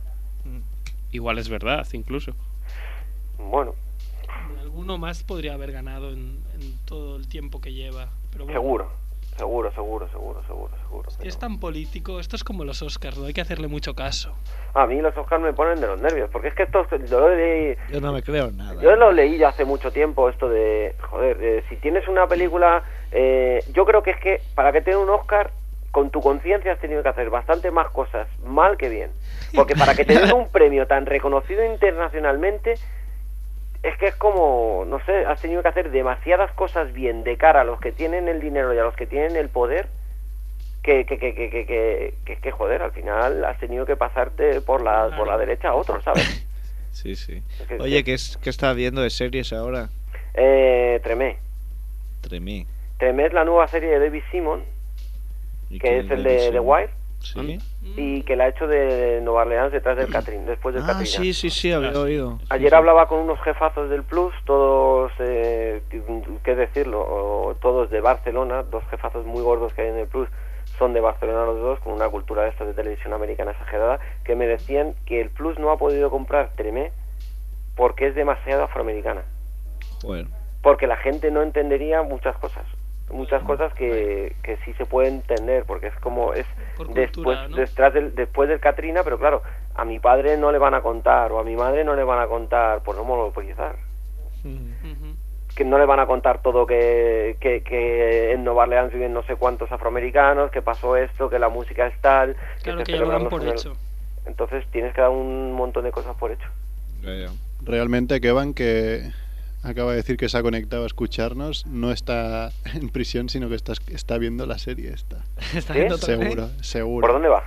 Speaker 8: Igual es verdad, incluso.
Speaker 5: Bueno,
Speaker 4: Alguno más podría haber ganado en, en todo el tiempo que lleva. Pero bueno,
Speaker 5: seguro, seguro, seguro, seguro, seguro, seguro.
Speaker 4: Es tan político, esto es como los Oscars, no hay que hacerle mucho caso.
Speaker 5: A mí los Oscars me ponen de los nervios, porque es que esto lo de
Speaker 3: Yo no me creo en nada.
Speaker 5: Yo lo leí ya hace mucho tiempo, esto de, joder, eh, si tienes una película, eh, yo creo que es que para que te den un Oscar, con tu conciencia has tenido que hacer bastante más cosas mal que bien. Porque para que te den un premio tan reconocido internacionalmente, es que es como, no sé, has tenido que hacer demasiadas cosas bien de cara a los que tienen el dinero y a los que tienen el poder, que, que, que, que, que, que, que es que, joder, al final has tenido que pasarte por la, por la derecha a otro, ¿sabes?
Speaker 3: Sí, sí.
Speaker 5: Es que-
Speaker 3: Oye, ¿qué, es, ¿qué estás viendo de series ahora?
Speaker 5: Eh, tremé.
Speaker 3: Tremí.
Speaker 5: Tremé es la nueva serie de David Simon, que es el de The Wire,
Speaker 3: Sí.
Speaker 5: y que la ha hecho de Nueva Orleans detrás del Catrín, después del
Speaker 3: Mm. Ah,
Speaker 5: Katrina.
Speaker 3: sí, sí, sí, había oído.
Speaker 5: Pues Ayer hablaba con unos jefazos del Plus, todos, eh, qué decirlo, o todos de Barcelona, dos jefazos muy gordos que hay en el Plus, son de Barcelona los dos, con una cultura de esta de televisión americana exagerada, que me decían que el Plus no ha podido comprar Tremé porque es demasiado afroamericana,
Speaker 3: Joder.
Speaker 5: porque la gente no entendería muchas cosas, muchas
Speaker 4: Mm.
Speaker 5: cosas que, que sí se puede entender, porque es como, es
Speaker 4: Por
Speaker 5: después,
Speaker 4: cultura, ¿no?
Speaker 5: detrás del, después del Katrina, pero claro, a mi padre no le van a contar, o a mi madre no le van a contar, por no monopolizar,
Speaker 4: Mm.
Speaker 5: que no le van a contar todo que, que, que en Nueva Orleans viven no sé cuántos afroamericanos, que pasó esto, que la música es tal, que
Speaker 4: Claro
Speaker 5: se
Speaker 4: que ya lo
Speaker 5: celebran
Speaker 4: dan
Speaker 5: los
Speaker 4: por
Speaker 5: funerales.
Speaker 4: hecho.
Speaker 5: Entonces tienes que dar un montón de cosas por hecho.
Speaker 11: Realmente Kevan, que acaba de decir que se ha conectado a escucharnos, no está en prisión, sino que está, está viendo la serie esta.
Speaker 5: ¿Está ¿Sí? viendo otra vez?
Speaker 11: Seguro, seguro.
Speaker 5: ¿Por dónde va?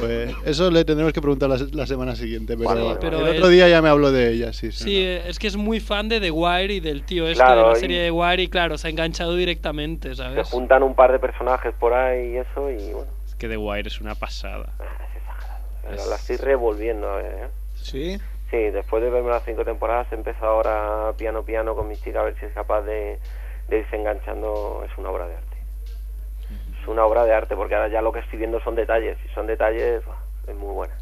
Speaker 11: Pues eso le tendremos que preguntar la, la semana siguiente, pero,
Speaker 4: Vale, vale, pero
Speaker 11: el
Speaker 4: es-
Speaker 11: otro día ya me habló de ella, sí, sí.
Speaker 4: Sí, eh, es que es muy fan de The Wire y del tío este
Speaker 5: Claro,
Speaker 4: de la
Speaker 5: y-
Speaker 4: serie de The Wire y claro, se ha enganchado directamente,
Speaker 5: Se
Speaker 4: ¿sabes?
Speaker 5: juntan un par de personajes por ahí y eso, y bueno,
Speaker 8: Es que The Wire es una pasada.
Speaker 5: la estoy revolviendo. a ver, ¿eh?
Speaker 3: ¿Sí?
Speaker 5: Sí, después de verme las cinco temporadas, empiezo ahora piano piano con mis chicas a ver si es capaz de, de irse enganchando. Es una obra de arte. Es una obra de arte, porque ahora ya lo que estoy viendo son detalles. Y son detalles, buah, es muy buena.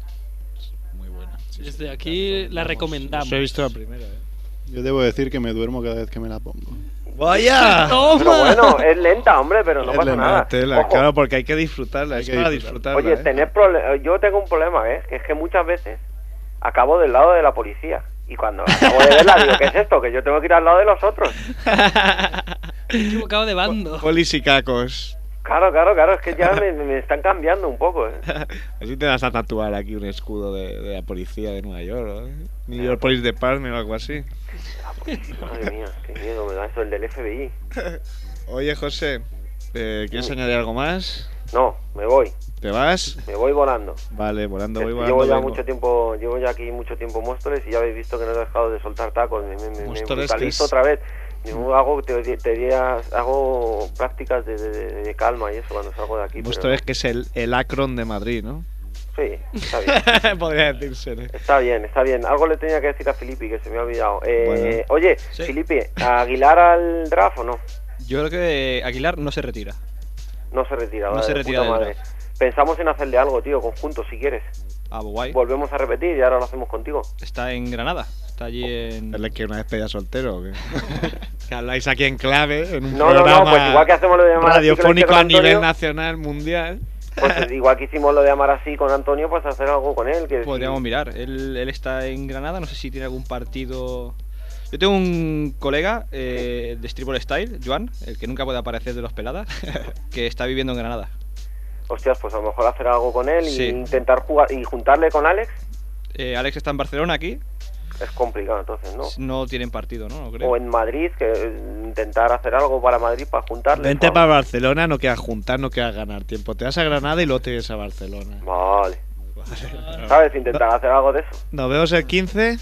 Speaker 4: Desde aquí la recomendamos.
Speaker 3: Yo he visto la primera, ¿eh?
Speaker 11: Yo debo decir que me duermo cada vez que me la pongo.
Speaker 3: ¡Vaya!
Speaker 5: Pero bueno, es lenta, este, hombre, pero no pasa nada. Ojo,
Speaker 3: claro, porque hay que disfrutarla, es para disfrutarla.
Speaker 5: Oye,
Speaker 3: ¿eh?
Speaker 5: tener prole- yo tengo un problema, ¿eh? Que es que muchas veces acabo del lado de la policía. Y cuando acabo de verla, digo, ¿qué es esto? Que yo tengo que ir al lado de los otros.
Speaker 4: equivocado de bando.
Speaker 3: Polis y cacos.
Speaker 5: Claro, claro, claro, es que ya me, me están cambiando un poco, ¿eh?
Speaker 3: Así te vas a tatuar aquí un escudo de, de la policía de Nueva York, ¿eh? New York Police Department o algo así.
Speaker 5: Madre mía, qué miedo me da eso, el del FBI.
Speaker 3: Oye, José, eh, ¿quieres añadir algo más?
Speaker 5: No, me voy,
Speaker 3: ¿Te vas?
Speaker 5: me voy volando.
Speaker 3: Vale, volando, voy volando.
Speaker 5: llevo ya
Speaker 3: vengo.
Speaker 5: mucho tiempo, llevo ya aquí mucho tiempo en Móstoles y ya habéis visto que no he dejado de soltar tacos, me, me, me- me
Speaker 3: Móstoles, que es-
Speaker 5: brutalizo otra vez. Yo hago teoría- teorías- hago prácticas de, de- de calma y eso cuando salgo de aquí. pero-
Speaker 3: Esto es que es el, el Akron de Madrid, ¿no?
Speaker 5: Sí, está bien.
Speaker 3: Podría decirse. ¿eh?
Speaker 5: Está bien, está bien. Algo le tenía que decir a Filipe que se me ha olvidado. Eh,
Speaker 2: Bueno.
Speaker 5: Oye, Filipe, ¿a ¿Aguilar al draft o no?
Speaker 2: Yo creo que Aguilar no se retira.
Speaker 5: No se retira,
Speaker 2: No
Speaker 5: vale,
Speaker 2: se
Speaker 5: de
Speaker 2: retira
Speaker 5: puta
Speaker 2: del
Speaker 5: madre. Pensamos en hacerle algo, tío, conjunto, si quieres.
Speaker 2: a Boguay.
Speaker 5: Volvemos a repetir y ahora lo hacemos contigo.
Speaker 2: Está en Granada. Está
Speaker 3: Oh,
Speaker 2: allí en.
Speaker 3: ¿Es que una despedida soltero o qué? que habláis aquí en clave, en un
Speaker 5: No, no, no,
Speaker 3: programa
Speaker 5: pues igual que hacemos lo de llamar así, creo que
Speaker 3: radiofónico
Speaker 5: con
Speaker 3: a nivel
Speaker 5: Antonio-
Speaker 3: nacional, mundial.
Speaker 5: Pues igual que hicimos lo de amar así con Antonio, pues hacer algo con él. Que
Speaker 2: Podríamos mirar. Él, él está en Granada, no sé si tiene algún partido. Yo tengo un colega eh, de Stripple Style, Joan, el que nunca puede aparecer de los peladas, que está viviendo en Granada.
Speaker 5: Hostias, pues a lo mejor hacer algo con él
Speaker 2: Sí.
Speaker 5: y intentar jugar y juntarle con Alex
Speaker 2: Eh, Alex está en Barcelona aquí,
Speaker 5: es complicado, entonces, ¿no?
Speaker 2: no tienen partido, ¿no? No creo.
Speaker 5: O en Madrid, que eh, intentar hacer algo para Madrid para juntarle.
Speaker 3: Vente
Speaker 5: Vamos.
Speaker 3: para Barcelona, no quieras juntar, no quieras ganar tiempo. Te vas a Granada y luego te vienes a Barcelona.
Speaker 5: Vale. ¿Sabes? Intentar hacer algo de eso.
Speaker 3: Nos vemos el 15.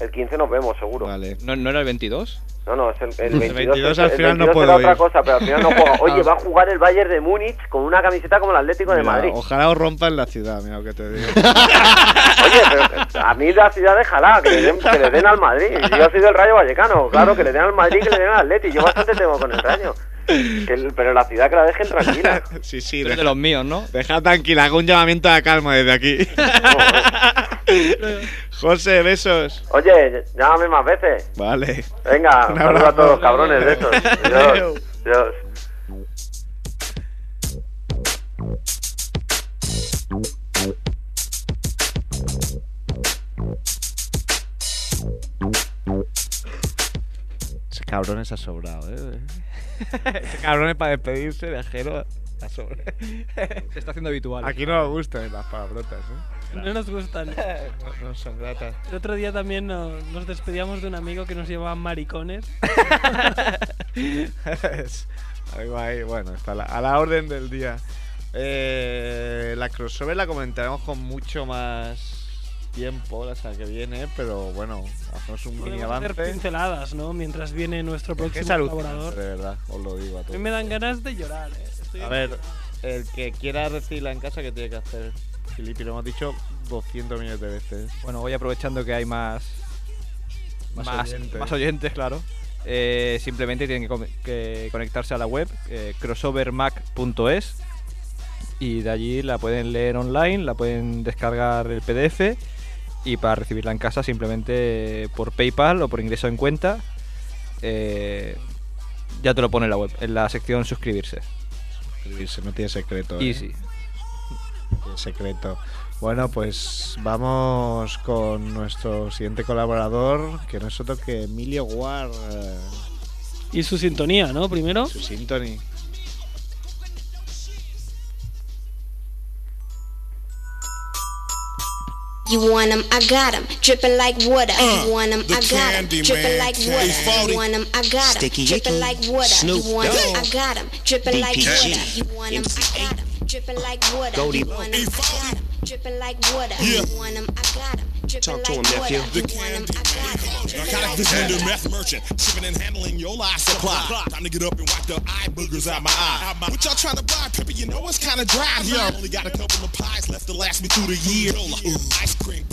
Speaker 5: El 15 nos vemos, seguro.
Speaker 3: Vale.
Speaker 2: ¿No, no era el 22?
Speaker 5: No, no, es el, el
Speaker 3: El
Speaker 5: 22.
Speaker 3: 22 al
Speaker 5: el
Speaker 3: final no
Speaker 5: 22
Speaker 3: puedo
Speaker 5: era otra
Speaker 3: ir.
Speaker 5: cosa, pero al final no juega. Oye, va a jugar el Bayern de Múnich con una camiseta como el Atlético de
Speaker 3: Mira,
Speaker 5: Madrid.
Speaker 3: Ojalá os rompa en la ciudad, mira lo que te digo.
Speaker 5: Oye, pero a mí la ciudad de Jalá, que le, den, que le den al Madrid. Yo soy del Rayo Vallecano, claro, que le den al Madrid, que le den al Atleti. Yo bastante tengo con el Rayo. Que el- pero la ciudad que la dejen tranquila.
Speaker 3: sí, sí,
Speaker 2: de los míos, ¿no?
Speaker 3: Deja tranquila, hago un llamamiento a la calma desde aquí. José, besos.
Speaker 5: Oye, llámame más veces.
Speaker 3: Vale.
Speaker 5: Venga,
Speaker 3: Un
Speaker 5: un saludo a
Speaker 3: abrazo.
Speaker 5: todos los cabrones de esos. Dios, Dios.
Speaker 3: Ese cabrón es ha sobrado, ¿eh? Ese cabrón es para despedirse de ajero a sobre.
Speaker 2: Se está haciendo habitual.
Speaker 3: Aquí no nos gustan las palabrotas, ¿eh?
Speaker 13: No nos gustan.
Speaker 3: No, no son gratas.
Speaker 13: El otro día también nos, nos despedíamos de un amigo que nos llevaba maricones.
Speaker 3: Es Algo ahí, bueno, está a la, a la orden del día. Eh, la crossover la comentaremos con mucho más tiempo la semana que viene, pero bueno, hacemos un mini
Speaker 13: Podemos hacer
Speaker 3: avance.
Speaker 13: pinceladas, ¿no? Mientras viene nuestro
Speaker 3: Que
Speaker 13: próximo
Speaker 3: es alucinante,
Speaker 13: colaborador.
Speaker 3: de verdad, os lo digo a
Speaker 13: A
Speaker 3: todos.
Speaker 13: mí me dan ganas de llorar, ¿eh? Estoy-
Speaker 3: A ver, el que quiera recibirla en casa, ¿qué tiene que hacer? Filipe, lo hemos dicho 200 millones de veces.
Speaker 2: Bueno, voy aprovechando que hay más.
Speaker 3: Más oyentes.
Speaker 2: más oyentes, claro. Eh, simplemente tienen que, con- que conectarse a la web eh, crossovermac.es y de allí la pueden leer online, la pueden descargar el PDF y para recibirla en casa simplemente eh, por PayPal o por ingreso en cuenta eh, ya te lo pone en la web, en la sección suscribirse.
Speaker 3: Suscribirse, no tiene secreto.
Speaker 2: Y
Speaker 3: ¿eh?
Speaker 2: sí.
Speaker 3: El secreto. Bueno, pues vamos con nuestro siguiente colaborador, que no es otro que Emilio War.
Speaker 13: Y su sintonía, ¿no? Primero.
Speaker 3: Su Sintony.
Speaker 12: You want 'em, I got 'em, dripping like water.
Speaker 1: Uh,
Speaker 12: you want 'em,
Speaker 1: the
Speaker 12: I got 'em,
Speaker 1: Candyman,
Speaker 12: dripping like water.
Speaker 1: 2040.
Speaker 12: You want 'em, I got 'em,
Speaker 1: Sticky
Speaker 12: dripping
Speaker 1: Icky,
Speaker 12: like water.
Speaker 1: Snoop
Speaker 12: you want 'em, I
Speaker 1: Dogg,
Speaker 12: got 'em, dripping like
Speaker 1: DPG,
Speaker 12: water. You want 'em, I got 'em, dripping like water.
Speaker 1: Goldie
Speaker 12: You want 'em, I got 'em, dripping like water.
Speaker 1: Yeah.
Speaker 12: You want 'em, I got 'em, dripping
Speaker 1: Talk to
Speaker 12: like
Speaker 1: him, nephew.
Speaker 12: water. You want 'em, I got 'em, dripping
Speaker 1: Narcotic
Speaker 12: like
Speaker 1: vendor,
Speaker 12: water.
Speaker 1: meth merchant, shipping and handling your life supply. Time to get up and wipe the eye boogers out my eye. What y'all trying to buy, Pippa? You know it's kind of dry here. Only got a couple of pies left to last me through the year. Ice cream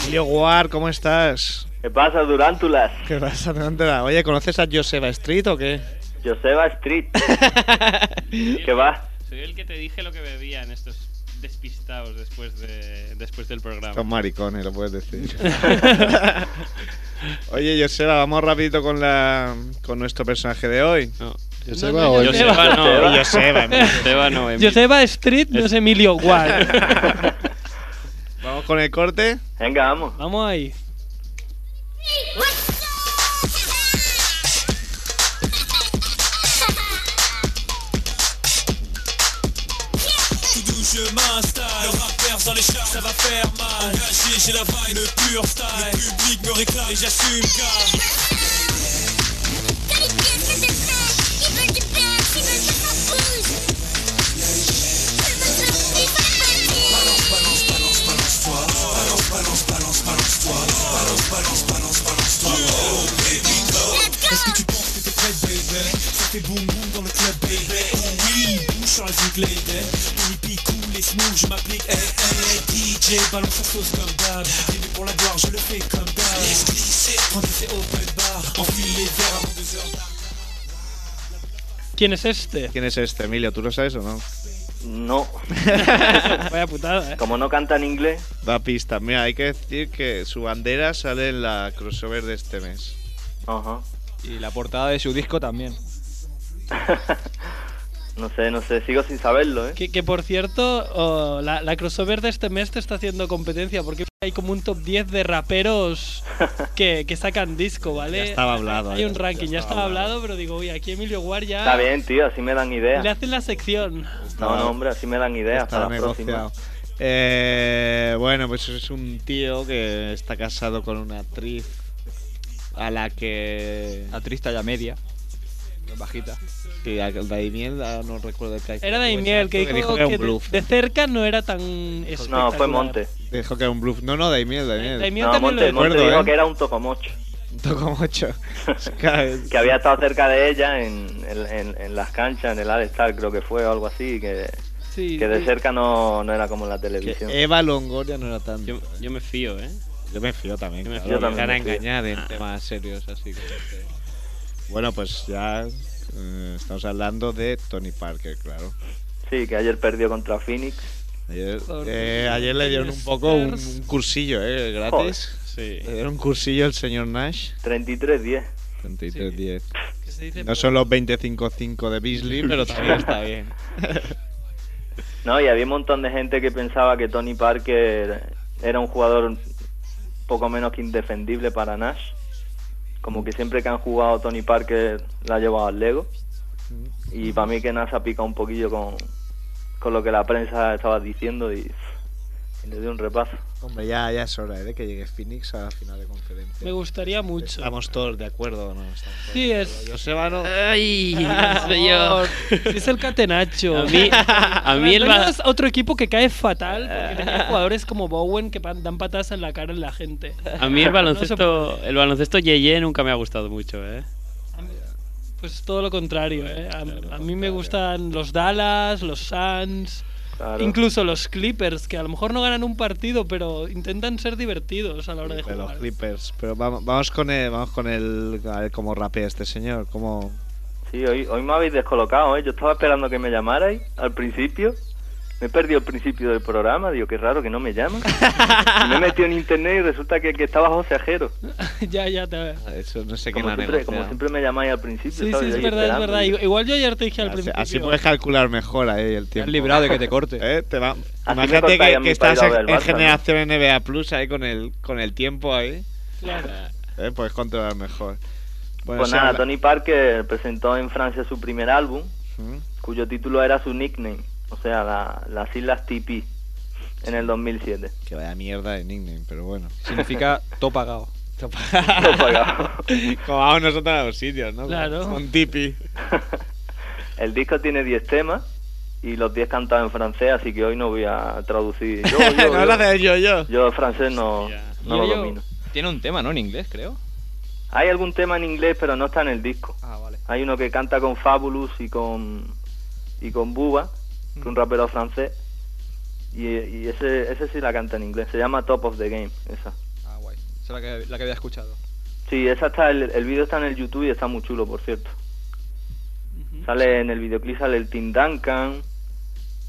Speaker 3: Emilio War, ¿cómo estás?
Speaker 6: ¿Qué pasa, Durántulas?
Speaker 3: ¿Qué pasa, Leandra? Oye, ¿conoces a Joseba Street o qué?
Speaker 6: Joseba Street. ¿Qué va?
Speaker 8: Soy el que te dije lo que bebían estos despistados después, de, después del programa.
Speaker 3: Son maricones, lo puedes decir. Oye, Joseba, vamos rapidito con la con nuestro personaje de hoy.
Speaker 13: Joseba No, no, o Emilio? Joseba no.
Speaker 3: Joseba, Emilio.
Speaker 13: Joseba no, Emilio. Joseba Street no es Emilio Ward.
Speaker 3: Vamos con el corte.
Speaker 6: Venga, vamos.
Speaker 13: Vamos ahí.
Speaker 14: Touche m'installe, le rappeur dans les chars, ça va faire mal. Gâché, j'ai la vibe, le pur style. Le public me réclame et j'assume, gars.
Speaker 1: Est-ce que tu penses que t'es prête, baby Ça fait boum boum dans le club, baby Oh oui, bouche en azul glade Tony P, cool et smooth, je m'applique Hey, hey, DJ, balance la sauce comme d'hab Début pour la gloire, je le fais comme d'hab Laisse glisser, prends c'est open bar Enfile les verres avant deux heures
Speaker 13: ¿Quién es este?
Speaker 3: ¿Quién es este, Emilio? ¿Tú lo sabes o no?
Speaker 6: No.
Speaker 4: Vaya putada, ¿eh?
Speaker 6: Como no canta en inglés.
Speaker 3: Da pista. Mira, hay que decir que su bandera sale en la crossover de este mes.
Speaker 6: Ajá.
Speaker 15: Y la portada de su disco también.
Speaker 6: No sé, no sé, sigo sin saberlo, ¿eh?
Speaker 4: Que, que, por cierto, oh, la, la crossover de este mes te está haciendo competencia porque hay como un top 10 de raperos que, que sacan disco, ¿vale?
Speaker 5: Ya estaba hablado,
Speaker 4: Hay
Speaker 5: ya,
Speaker 4: un ranking, ya, estaba hablado, pero digo, uy, aquí Emilio Guar ya.
Speaker 6: Está bien, tío, así me dan
Speaker 4: Le
Speaker 6: ideas.
Speaker 4: hacen la sección.
Speaker 6: No, no, hombre, así me dan ideas
Speaker 3: Está
Speaker 6: para la próxima.
Speaker 3: negociado. Eh, bueno, pues es un tío que está casado con una actriz a la que.
Speaker 15: Actriz talla media. Bajita.
Speaker 5: Sí, a- Daimiel, ah, no recuerdo el que
Speaker 4: Era Daimiel que dijo,
Speaker 5: que era un
Speaker 4: que de-
Speaker 5: bluff.
Speaker 4: de cerca no era tan. espectacular.
Speaker 3: Dijo que era un bluff. No, no, Daimiel, Daimiel.
Speaker 4: Daimiel No, también lo Monte- dijo.
Speaker 6: Monte
Speaker 3: Recuerdo,
Speaker 6: dijo
Speaker 3: ¿eh?
Speaker 6: que era un tocomocho.
Speaker 3: Tocomocho.
Speaker 6: que había estado cerca de ella en, en- en- en las canchas, en el All-Star creo que fue o algo así, que,
Speaker 4: Sí,
Speaker 6: que de
Speaker 4: sí. eh,
Speaker 6: cerca no, no era como en la televisión.
Speaker 5: Eva Longoria no era tan. Yo,
Speaker 16: me fío, ¿eh?
Speaker 5: Yo me fío también.
Speaker 6: me
Speaker 5: claro,
Speaker 6: fío
Speaker 5: me
Speaker 6: también,
Speaker 5: van a
Speaker 6: me fío.
Speaker 5: engañar en temas serios así. como que-
Speaker 3: Bueno, pues ya eh, estamos hablando de Tony Parker, claro.
Speaker 6: Sí, que ayer perdió contra Phoenix.
Speaker 3: Ayer, eh, ayer le dieron un poco un, un cursillo, ¿eh? Gratis. Le dieron un cursillo al señor Nash.
Speaker 6: 33-10.
Speaker 3: 33-10.
Speaker 4: se dice?
Speaker 3: No son los 25-5 de Beasley, pero también está bien.
Speaker 6: No, y había un montón de gente que pensaba que Tony Parker era un jugador poco menos que indefendible para Nash. Como que siempre que han jugado Tony Parker la ha llevado al Lego. Y para mí que Nash ha picado un poquillo con, con lo que la prensa estaba diciendo y, y le dio un repaso.
Speaker 3: Hombre, ya, ya es hora ¿eh? de que llegue Phoenix a la final de conferencia.
Speaker 4: Me gustaría mucho.
Speaker 3: Estamos todos de acuerdo, ¿o ¿no? Estamos todos
Speaker 4: Sí,
Speaker 3: de
Speaker 4: es.
Speaker 3: acuerdo. Josebano.
Speaker 4: Ay,
Speaker 3: soy yo.
Speaker 4: Es el Catenacho.
Speaker 3: A mí- a mí el
Speaker 4: Antonio
Speaker 3: Ba-
Speaker 4: es otro equipo que cae fatal porque tenía jugadores como Bowen que pan- dan patadas en la cara en la gente.
Speaker 8: A mí el
Speaker 4: No se-
Speaker 8: baloncesto, el baloncesto Yeye nunca me ha gustado mucho, ¿eh?
Speaker 4: pues todo lo contrario, ¿eh? A, a mí me gustan los Dallas, los Suns,
Speaker 8: Claro.
Speaker 4: incluso los Clippers, que a lo mejor no ganan un partido, pero intentan ser divertidos a la hora de
Speaker 3: De los
Speaker 4: jugar.
Speaker 3: Clippers. Pero vamos, vamos con el, vamos con el a ver cómo rapea este señor, cómo
Speaker 6: Sí, hoy, hoy me habéis descolocado, ¿eh? Yo estaba esperando que me llamarais al principio. Me he perdido el principio del programa, digo, qué raro que no me llaman. Y me he metido en internet y resulta que, que estaba José Ajero.
Speaker 4: ya, ya te
Speaker 15: Ah,
Speaker 5: Eso no sé
Speaker 6: Como
Speaker 5: quién ha
Speaker 6: siempre, como
Speaker 5: negociado.
Speaker 6: siempre me llamáis al principio,
Speaker 4: Sí, sí,
Speaker 6: ¿sabes?
Speaker 4: es
Speaker 6: Yo ahí
Speaker 4: verdad, es
Speaker 6: esperando,
Speaker 4: verdad.
Speaker 6: digo,
Speaker 4: Igual yo ayer te dije al principio.
Speaker 3: Así puedes calcular mejor ahí el tiempo.
Speaker 15: librado de que te corte.
Speaker 3: ¿Eh? Te va-
Speaker 6: me
Speaker 3: Imagínate
Speaker 6: cortáis
Speaker 3: que,
Speaker 6: a mí
Speaker 3: que
Speaker 6: para ir
Speaker 3: estás
Speaker 6: a
Speaker 3: en,
Speaker 6: ver el
Speaker 3: en
Speaker 6: Barça, ¿no?
Speaker 3: generación NBA Plus ahí con el, con el tiempo ahí.
Speaker 4: Claro.
Speaker 3: ¿eh? Puedes controlar mejor. Bueno,
Speaker 6: Pues
Speaker 3: sí,
Speaker 6: nada,
Speaker 3: habla-
Speaker 6: Tony Parker presentó en Francia su primer álbum,
Speaker 3: ¿Mm?
Speaker 6: cuyo título era su nickname, o sea, la- las Islas Tipi, en el 2007.
Speaker 3: Que vaya mierda de nickname, pero bueno.
Speaker 15: Significa todo pagado.
Speaker 3: Como vamos nosotros a los sitios, ¿no? Pues,
Speaker 6: Claro.
Speaker 3: Con tipi.
Speaker 6: El disco tiene 10 temas y los 10 cantados en francés, así que hoy no voy a traducir. Yo, yo,
Speaker 15: No
Speaker 6: yo.
Speaker 15: lo haces yo, yo.
Speaker 6: Yo el francés no, no lo
Speaker 15: Yo, yo.
Speaker 6: domino.
Speaker 15: Tiene un tema, ¿no? En inglés, creo.
Speaker 6: Hay algún tema en inglés, pero no está en el disco.
Speaker 15: Ah, vale.
Speaker 6: Hay uno que canta con Fabulous y con y con Bubba, que
Speaker 15: Mm.
Speaker 6: es un rapero francés. Y, y ese, ese sí la canta en inglés. Se llama Top of the Game, esa.
Speaker 15: Ah, guay. Esa es la que, la que había escuchado.
Speaker 6: Sí, esa está, el, el vídeo está en el YouTube y está muy chulo, por cierto. Sale en el videoclip, sale el Tim Duncan,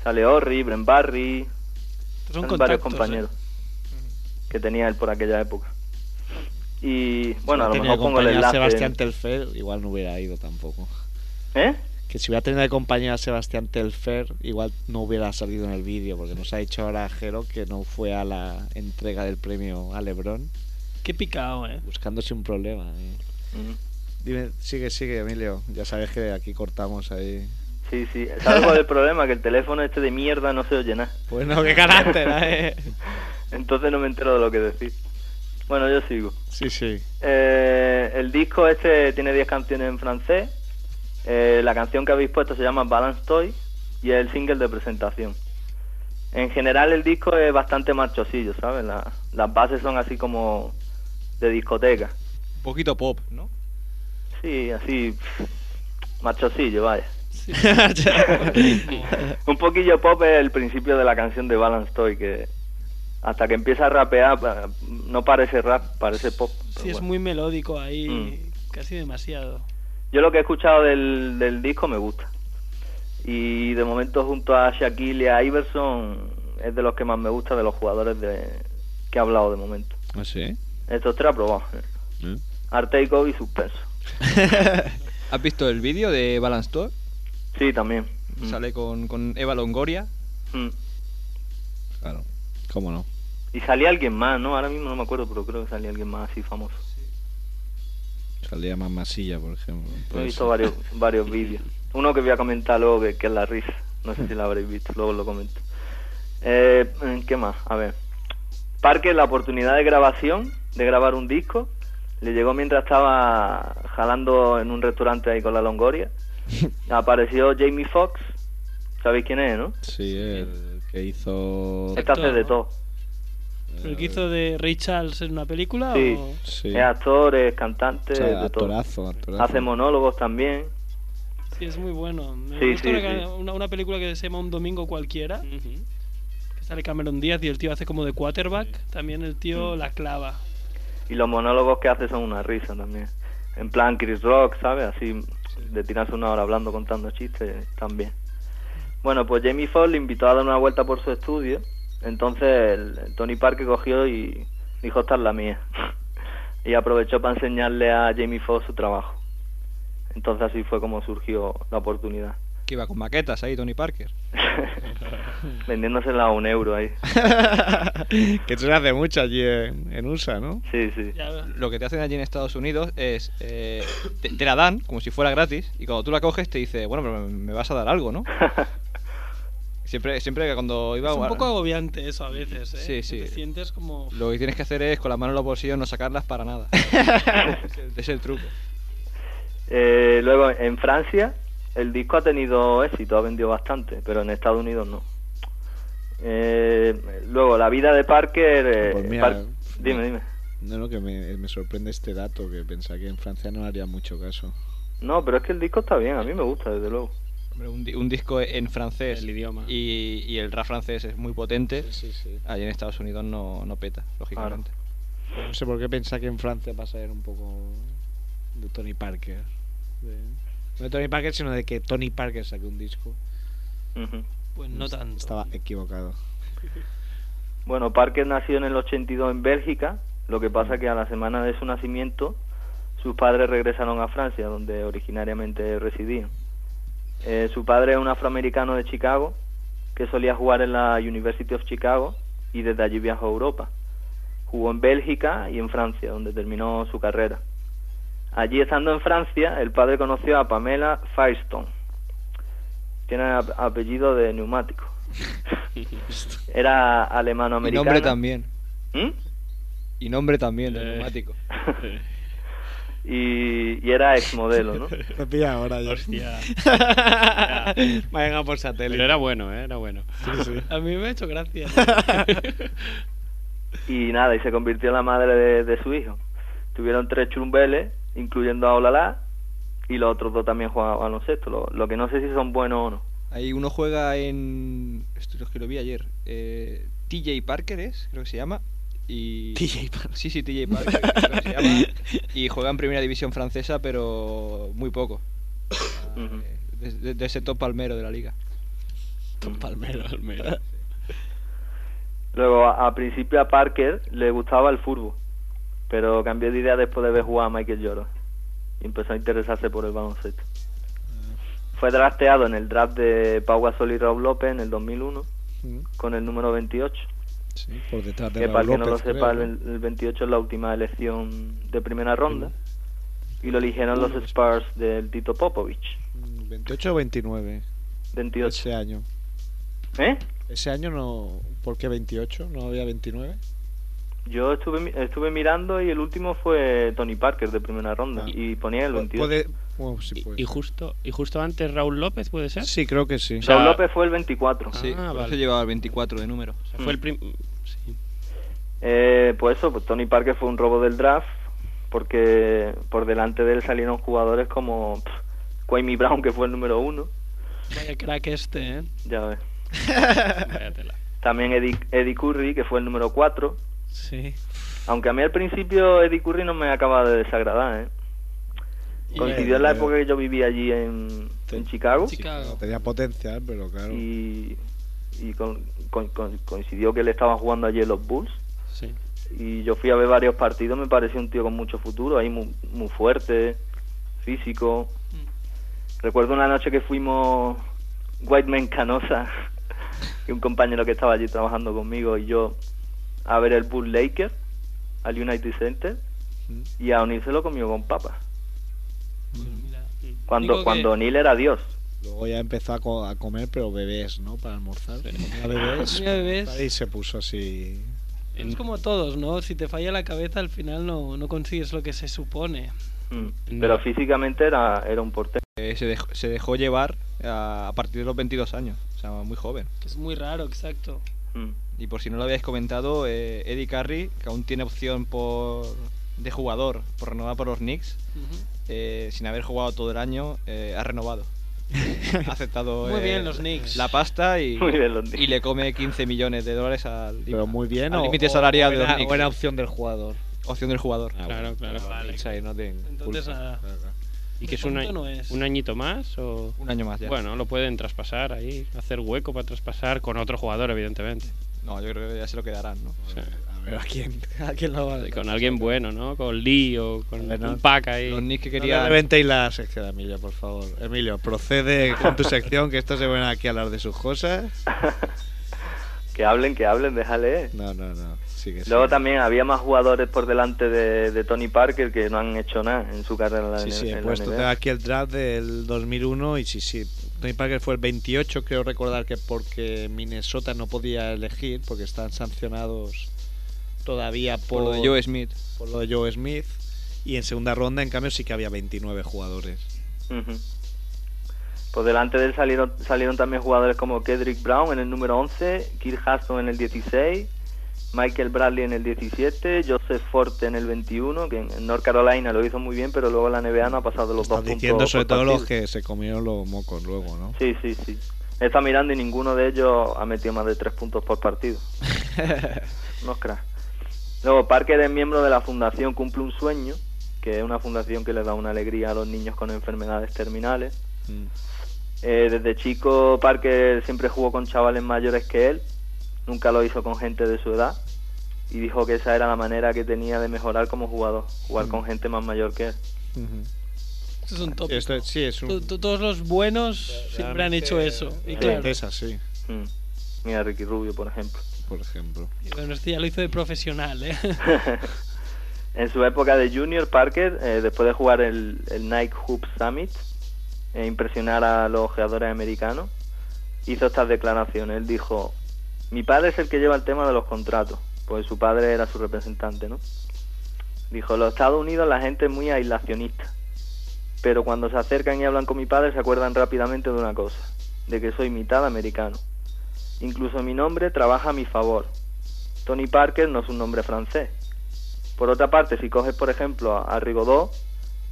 Speaker 6: sale Orri, Bren Barry,
Speaker 4: Son
Speaker 6: salen varios
Speaker 4: contactos,
Speaker 6: compañeros que tenía él por aquella época. Y bueno, a
Speaker 5: Si
Speaker 6: lo
Speaker 5: hubiera
Speaker 6: mejor
Speaker 5: tenido
Speaker 6: pongo el
Speaker 5: compañía a
Speaker 6: enlace.
Speaker 5: Sebastián Telfer, igual no hubiera ido tampoco.
Speaker 6: ¿Eh?
Speaker 5: Que si hubiera tenido de compañía a Sebastián Telfer, igual no hubiera salido en el vídeo, porque nos ha dicho ahora Jero que no fue a la entrega del premio a Lebron,
Speaker 4: Qué picado, eh.
Speaker 5: buscándose un problema. eh.
Speaker 3: Dime, sigue, sigue, Emilio. Ya sabes que aquí cortamos ahí.
Speaker 6: Sí, sí, ¿sabes cuál es el problema? Que el teléfono este de mierda no se oye nada.
Speaker 3: Bueno, qué carácter, eh.
Speaker 6: Entonces no me entero de lo que decís. Bueno, yo sigo.
Speaker 3: Sí, sí.
Speaker 6: Eh, el disco este tiene 10 canciones en francés. Eh, la canción que habéis puesto se llama Balance Toy y es el single de presentación. En general el disco es bastante marchosillo, ¿sabes? La- las bases son así como de discoteca.
Speaker 15: Un poquito pop, ¿no?
Speaker 6: Sí, así pff, marchosillo, vaya. Un poquillo pop es el principio de la canción de Balance Toy que hasta que empieza a rapear pa- no parece rap, parece pop. pero
Speaker 4: Sí, es
Speaker 6: bueno.
Speaker 4: muy melódico ahí,
Speaker 6: Mm.
Speaker 4: casi demasiado.
Speaker 6: Yo lo que he escuchado del, del disco me gusta. Y de momento junto a Shaquille y a Iverson es de los que más me gusta de los jugadores de que he hablado de momento.
Speaker 3: Ah, sí.
Speaker 6: Estos tres aprobados.
Speaker 3: ¿Eh?
Speaker 6: Arte y Kobe suspenso.
Speaker 2: ¿Has visto el vídeo de Balance Tour?
Speaker 6: Sí, también.
Speaker 5: Mm.
Speaker 2: Sale con, con Eva Longoria.
Speaker 6: Mm.
Speaker 3: Claro. ¿Cómo no?
Speaker 6: Y salía alguien más, ¿no? Ahora mismo no me acuerdo, pero creo que salía alguien más así famoso.
Speaker 3: Salía más masilla, por ejemplo.
Speaker 6: he
Speaker 3: Puede
Speaker 6: visto
Speaker 3: ser.
Speaker 6: varios, varios vídeos. Uno que voy a comentar luego, que, que es la risa. No sé si la habréis visto, luego lo comento. Eh, ¿Qué más? A ver. Parker, la oportunidad de grabación, de grabar un disco, le llegó mientras estaba jalando en un restaurante ahí con la Longoria. Apareció Jamie Foxx. ¿Sabéis quién es, no?
Speaker 3: Sí, el que hizo.
Speaker 6: Este hace de todo.
Speaker 4: ¿El que hizo de Ray Charles en una película?
Speaker 6: Sí.
Speaker 4: o-
Speaker 3: Sí.
Speaker 6: Es actor, es cantante,
Speaker 3: O sea,
Speaker 6: de todo.
Speaker 3: actorazo, actorazo.
Speaker 6: Hace monólogos también.
Speaker 4: Sí, es muy bueno. Me
Speaker 6: Sí,
Speaker 4: gusta
Speaker 6: sí,
Speaker 4: una, ca-
Speaker 6: sí.
Speaker 4: Una, una película que se llama Un Domingo Cualquiera. Que sale Cameron Díaz y el tío hace como de quarterback. También el tío la clava.
Speaker 6: Y los monólogos que hace son una risa también. En plan Chris Rock, ¿sabes? Así de tirarse una hora hablando, contando chistes también. Bueno, pues Jamie Foxx le invitó a dar una vuelta por su estudio. Entonces el- el Tony Parker cogió y dijo, esta es la mía. y aprovechó para enseñarle a Jamie Foxx su trabajo. Entonces así fue como surgió la oportunidad.
Speaker 2: Que iba con maquetas ahí, Tony Parker.
Speaker 6: Vendiéndosela a un euro ahí.
Speaker 3: que eso se hace mucho allí en, en USA, ¿no?
Speaker 6: Sí, sí.
Speaker 2: Lo que te hacen allí en Estados Unidos es. eh, te, te la dan como si fuera gratis. Y cuando tú la coges, te dice, bueno, pero me, me vas a dar algo, ¿no? siempre, siempre que cuando iba
Speaker 4: Es un
Speaker 2: a-
Speaker 4: poco agobiante eso a veces, ¿eh?
Speaker 2: Sí,
Speaker 4: Que
Speaker 2: sí.
Speaker 4: Te sientes como...
Speaker 2: Lo que tienes que hacer es con las manos en los bolsillos no sacarlas para nada. es, el, es el truco.
Speaker 6: Eh, luego, en Francia, el disco ha tenido éxito, ha vendido bastante, pero en Estados Unidos no. Eh, luego, la vida de Parker... eh,
Speaker 3: Pues mira,
Speaker 6: Par- Dime, dime.
Speaker 3: No, no, que me, me sorprende este dato, que pensaba que en Francia no haría mucho caso.
Speaker 6: No, pero es que el disco está bien, a mí me gusta, desde luego.
Speaker 2: Hombre, un, di- un disco en francés. El idioma. Y, y el rap francés es muy potente. Allí en Estados Unidos no, no peta, lógicamente.
Speaker 3: No sé por qué pensaba que en Francia pasaría un poco de Tony Parker. De- No de Tony Parker, sino de que Tony Parker saque un disco.
Speaker 4: Pues no tanto.
Speaker 3: Estaba equivocado.
Speaker 6: Bueno, Parker nació en el 82 en Bélgica, lo que pasa que a la semana de su nacimiento sus padres regresaron a Francia, donde originariamente residían. Eh, su padre es un afroamericano de Chicago que solía jugar en la University of Chicago y desde allí viajó a Europa. Jugó en Bélgica y en Francia, donde terminó su carrera. Allí estando en Francia, el padre conoció a Pamela Firestone. Tiene ap- apellido de neumático. Era
Speaker 2: Y
Speaker 6: alemano-americana.
Speaker 2: nombre también.
Speaker 6: ¿Mm?
Speaker 2: Y nombre
Speaker 3: Eh.
Speaker 2: también, de neumático.
Speaker 6: y, y era exmodelo, ¿no?
Speaker 3: Lo pilla ahora ya.
Speaker 6: Hostia.
Speaker 3: Venga por satélite.
Speaker 17: Pero era bueno, ¿eh? Era bueno.
Speaker 4: A mí me ha hecho gracia.
Speaker 6: y nada, y se convirtió en la madre de, de su hijo. Tuvieron tres chumbeles, incluyendo a Olalá, y los otros dos también jugaban baloncesto, lo, lo que no sé si son buenos o no.
Speaker 2: Ahí uno juega en. Esto es que lo vi ayer. eh, TJ Parker es, creo que se llama. Y...
Speaker 3: TJ Parker.
Speaker 2: Sí, sí, TJ Parker. creo que se llama. Y juega en primera división francesa, pero muy poco. Eh, de, de- de ese top palmero de la liga. Top palmero, palmero.
Speaker 6: Luego, a, a principio a Parker le gustaba el fútbol, pero cambió de idea después de ver jugar a Michael Jordan y empezó a interesarse por el baloncesto. Fue drafteado en el draft de Pau Gasol y Raúl López en el 2001 con el número 28.
Speaker 3: Sí, por detrás de
Speaker 6: que
Speaker 3: Raúl
Speaker 6: para el que no lo
Speaker 3: López,
Speaker 6: sepa, el,
Speaker 3: creo, ¿no?
Speaker 6: el 28 es la última elección de primera ronda. Y lo eligieron los Spurs del Tito Popovich.
Speaker 3: 28 o 29.
Speaker 6: 28.
Speaker 3: Ese año.
Speaker 6: ¿Eh?
Speaker 3: Ese año no. ¿Por qué 28? ¿No había 29?
Speaker 6: Yo estuve mi- estuve mirando y el último fue Tony Parker de primera ronda. Y ponía el 28.
Speaker 3: Bueno, sí, pues.
Speaker 17: Y justo, y justo antes Raúl López, ¿puede ser?
Speaker 3: Sí, creo que sí. Ah,
Speaker 6: Raúl López fue el 24.
Speaker 2: Sí,
Speaker 8: Ah,
Speaker 2: por eso llevaba el 24 de número.
Speaker 6: fue el
Speaker 17: prim-
Speaker 6: Eh, pues eso, pues Tony Parker fue un robo del draft porque por delante de él salieron jugadores como pff, Kwame Brown, que fue el número uno.
Speaker 4: Vaya crack este, ¿eh?
Speaker 6: Ya ves. También Eddie, Eddie Curry, que fue el número 4.
Speaker 4: Sí.
Speaker 6: Aunque a mí al principio Eddie Curry no me acaba de desagradar, ¿eh? Coincidió en la época que yo vivía allí en,
Speaker 3: este.
Speaker 6: ¿En Chicago?
Speaker 3: Chicago. Tenía potencial, pero claro.
Speaker 6: y, y con- con- con- coincidió que le estaban jugando ayer los Bulls.
Speaker 17: Sí.
Speaker 6: Y yo fui a ver varios partidos, me pareció un tío con mucho futuro, ahí muy, muy fuerte, físico. Recuerdo una noche que fuimos Whiteman Canosa, y un compañero que estaba allí trabajando conmigo y yo, a ver el Bull Laker, al United Center, y a O'Neal se lo comió con papa.
Speaker 4: pues,
Speaker 6: Cuando,
Speaker 3: Digo que-
Speaker 6: cuando O'Neal era Dios.
Speaker 3: Luego ya empezó a, co- a comer, pero bebés, ¿no? Para almorzar. Comía bebés.
Speaker 4: Comía bebés.
Speaker 3: Y se puso así.
Speaker 4: Es como todos, ¿no? Si te falla la cabeza, al final no, no consigues lo que se supone.
Speaker 6: Mm. Pero físicamente era, era un portero.
Speaker 2: Eh, se, dejó, se dejó llevar a, a partir de los 22 años, o sea, muy joven.
Speaker 4: Es muy raro, exacto.
Speaker 6: mm.
Speaker 2: Y por si no lo habíais comentado, eh, Eddie Curry, que aún tiene opción por de jugador por renovar por los Knicks, eh, sin haber jugado todo el año, eh, ha renovado. ha aceptado
Speaker 4: Muy
Speaker 2: eh,
Speaker 4: bien, los Knicks.
Speaker 2: la pasta y,
Speaker 4: Muy bien, los
Speaker 2: y le come 15 millones de dólares al
Speaker 3: Pero muy bien,
Speaker 2: al
Speaker 3: o-
Speaker 2: límite
Speaker 3: o-
Speaker 2: salarial
Speaker 3: o
Speaker 2: de los
Speaker 3: era-
Speaker 2: Knicks.
Speaker 3: o era opción del jugador. Ah,
Speaker 2: Opción del jugador.
Speaker 17: Claro, claro.
Speaker 2: Vale. no tienen
Speaker 4: Entonces
Speaker 2: culpa.
Speaker 4: nada.
Speaker 17: ¿Y que es un,
Speaker 4: De
Speaker 17: año,
Speaker 4: momento no es.
Speaker 17: un añito más? O...
Speaker 2: Un año más ya.
Speaker 17: Bueno, lo pueden traspasar ahí, hacer hueco para traspasar con otro jugador, evidentemente.
Speaker 2: No, yo creo que ya se lo quedarán, ¿no?
Speaker 3: A ver, ¿a quién, a quién lo va a
Speaker 17: Con alguien bueno, ¿no? Con Lee o con
Speaker 3: ver, no.
Speaker 17: un pack ahí.
Speaker 2: Los Knicks que
Speaker 3: No le reventéis la sección de Emilio, por favor. Emilio, procede con tu sección, que estos se ven aquí a hablar de sus cosas.
Speaker 6: Que hablen, que hablen, déjale.
Speaker 3: No, no, no. Sigue,
Speaker 6: Luego
Speaker 3: sigue.
Speaker 6: también había más jugadores por delante de, de Tony Parker que no han hecho nada en su carrera en la,
Speaker 3: Sí, sí,
Speaker 6: en
Speaker 3: he
Speaker 6: la
Speaker 3: puesto
Speaker 6: NBA.
Speaker 3: tengo aquí el draft del 2001 y sí, sí. Tony Parker fue el 28, creo recordar que porque Minnesota no podía elegir, porque están sancionados todavía por,
Speaker 2: Por lo de Joe Smith.
Speaker 3: Por lo de Joe Smith. Y en segunda ronda, en cambio, sí que había 29 jugadores.
Speaker 6: Ujú. Por delante de él salieron, salieron también jugadores como Kendrick Brown en el número 11, Kirk Hudson en el 16, Michael Bradley en el 17, Joseph Forte en el 21, que en en North Carolina lo hizo muy bien, pero luego la NBA no ha pasado los
Speaker 3: Estás
Speaker 6: dos puntos.
Speaker 3: diciendo
Speaker 6: por
Speaker 3: sobre todo
Speaker 6: partido.
Speaker 3: los que se comieron los mocos luego, ¿no?
Speaker 6: Sí, sí, sí. Está mirando y ninguno de ellos ha metido más de tres puntos por partido. No cracks. Luego, Parker es miembro de la fundación Cumple un Sueño, que es una fundación que le da una alegría a los niños con enfermedades terminales.
Speaker 3: Mm.
Speaker 6: Eh, desde chico, Parker siempre jugó con chavales mayores que él, nunca lo hizo con gente de su edad, y dijo que esa era la manera que tenía de mejorar como jugador, jugar
Speaker 3: Mm.
Speaker 6: con gente más mayor que él.
Speaker 4: Esto es un top.
Speaker 3: Esto- sí, es un-
Speaker 4: Todos los buenos siempre han hecho eso. Y claro,
Speaker 3: Es así.
Speaker 6: Mm. Mira, Ricky Rubio, por ejemplo.
Speaker 3: Por ejemplo.
Speaker 4: y bueno, este ya lo hizo de profesional, ¿eh?
Speaker 6: en su época de junior, Parker, eh, después de jugar el, el Nike Hoop Summit e impresionar a los jugadores americanos, hizo estas declaraciones. Él dijo, mi padre es el que lleva el tema de los contratos, pues su padre era su representante, ¿no? Dijo, los Estados Unidos la gente es muy aislacionista, pero cuando se acercan y hablan con mi padre se acuerdan rápidamente de una cosa, de que soy mitad americano. Incluso mi nombre trabaja a mi favor. Tony Parker no es un nombre francés. Por otra parte, si coges, por ejemplo, a, a Rigodó,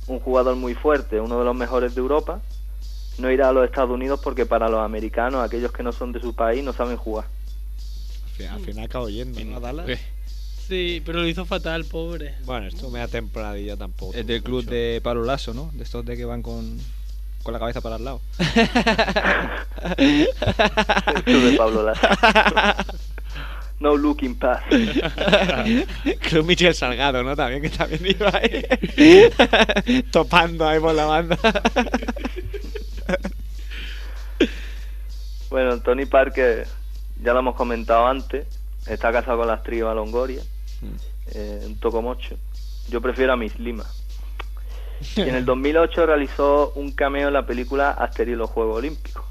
Speaker 6: un jugador muy fuerte, uno de los mejores de Europa, no irá a los Estados Unidos porque para los americanos, aquellos que no son de su país, no saben jugar.
Speaker 2: Mm.
Speaker 3: Al final acabo yendo, ¿no? A Dallas.
Speaker 4: Sí, pero lo hizo fatal, pobre.
Speaker 3: Bueno, esto me da temporadilla tampoco.
Speaker 2: Es del club de Pablo Lasso, ¿no? De estos de que van con, con la cabeza para el lado.
Speaker 6: El club de Pablo Lasso. No looking past.
Speaker 3: Creo Michel Salgado, ¿no? También que también iba ahí topando ahí por la banda.
Speaker 6: Bueno, Tony Parker, ya lo hemos comentado antes, está casado con la actriz Eva Longoria, eh, un tocomocho. Yo prefiero a Miss Lima. Y en el 2008 realizó un cameo en la película Asterix y los Juegos Olímpicos.